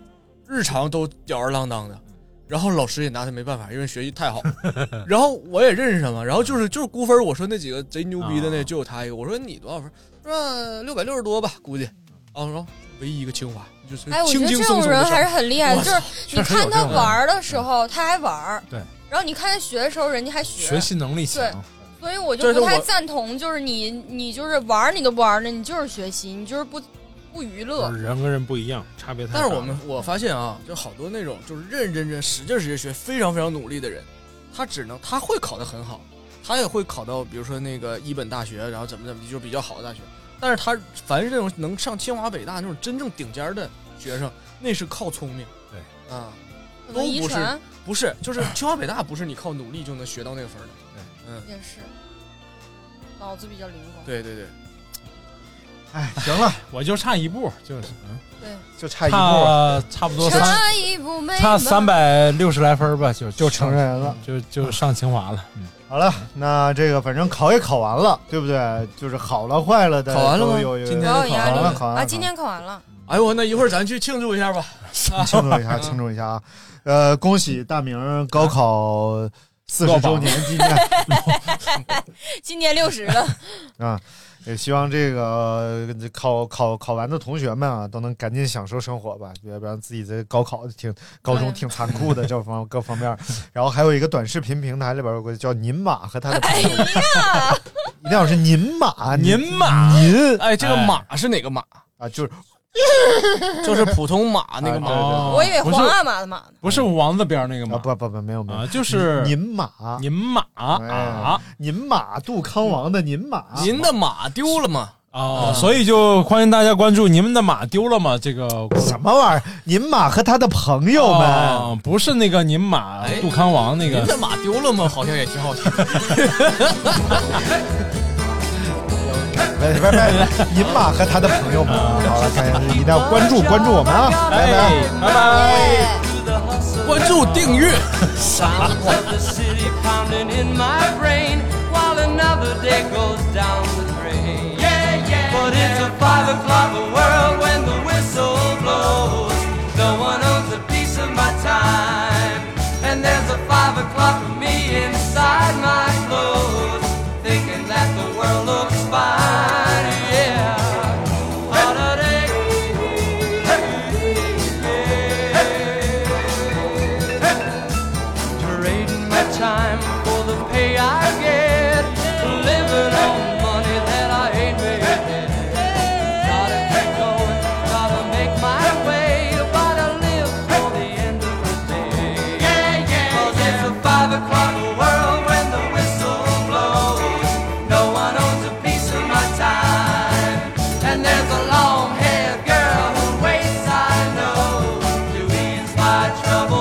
日常都吊儿郎当的，然后老师也拿他没办法，因为学习太好。然后我也认识他嘛，然后就是就是估分儿，我说那几个贼牛逼的那啊就有他一个，我说你多少分儿？说嗯六百六十多吧，估计。啊，然后唯一一个清华，就是哎，我觉轻得轻这松种松人的上还是很厉害的，就是你看他玩儿，儿嗯的时候，他还玩儿，对。然后你看他学的时候，人家还学习能力强对。所以我这就是不太我赞同，就是你你就是玩儿你都不玩儿呢，你就是学习，你就是不不娱乐就。是人跟人不一样，差别太大但了。是我们 [laughs] 我发现啊，就好多那种就是认认真真、使劲使劲学、非常非常努力的人，他只能他会考得很好，他也会考到比如说那个一本大学，然后怎么怎么地，就是比较好的大学。但是他凡是这种能上清华北大那种真正顶尖儿的学生，那是靠聪明。对啊，可都能遗不是传不是，就是清华北大不是你靠努力就能学到那个分儿的。也是，脑子比较灵光。对对对，哎，行了，我就差一步，就是嗯就差一步，差差不多三差一步没差门三百六十来分儿吧，就就就成人了。就就上清华了。嗯，好了，那这个反正考也考完了，对不对？就是好了坏了的，考完了吗都有有今不天要有考压完力了考完了啊！今天考完了，哎呦，那一会儿咱去庆祝一下吧。 [laughs] 庆祝一下，庆祝一下啊！呃，恭喜大明高考四十周年纪念今年六十了， [laughs] 啊！也希望这个呃考考考完的同学们啊，都能赶紧享受生活吧，要不然自己在高考挺高哎中挺残酷的这方各方面。然后还有一个短视频平台里边有个叫您马和他的朋友，哎 [laughs] 一定要是您马，您马您哎，这个哎马哎是哪个马？啊，就是 [laughs] 就是普通马那个对对马。对哦我以为不是皇阿玛的马呢。不是王字边儿那个啊马不不不没有没有啊，就是您马哎您马啊您马杜康王的您马，您的马丢了 [laughs] 吗？哦，所以就欢迎大家关注你们的马丢了吗？这个什么玩意儿？您马和他的朋友们，哦不是那个您马哎杜康王那您个的马丢了吗？好像也挺好听。拜拜拜，您马和他的朋友们，好了，大家一定要关注关注我们啊，拜拜。哎，拜拜。关注订阅。 sounds of the city pounding in my brain while another day goes down the drain. Yeah, yeah. But it's a five o'clock world when the whistle blows. No one owns a piece of my time, and there's a five o'clock for me inside my clothes, thinking that the world looks fine. Yeah. On a day. trading my time for the pay I get. Living on money that I ain't made yet. Gotta keep going, gotta make trouble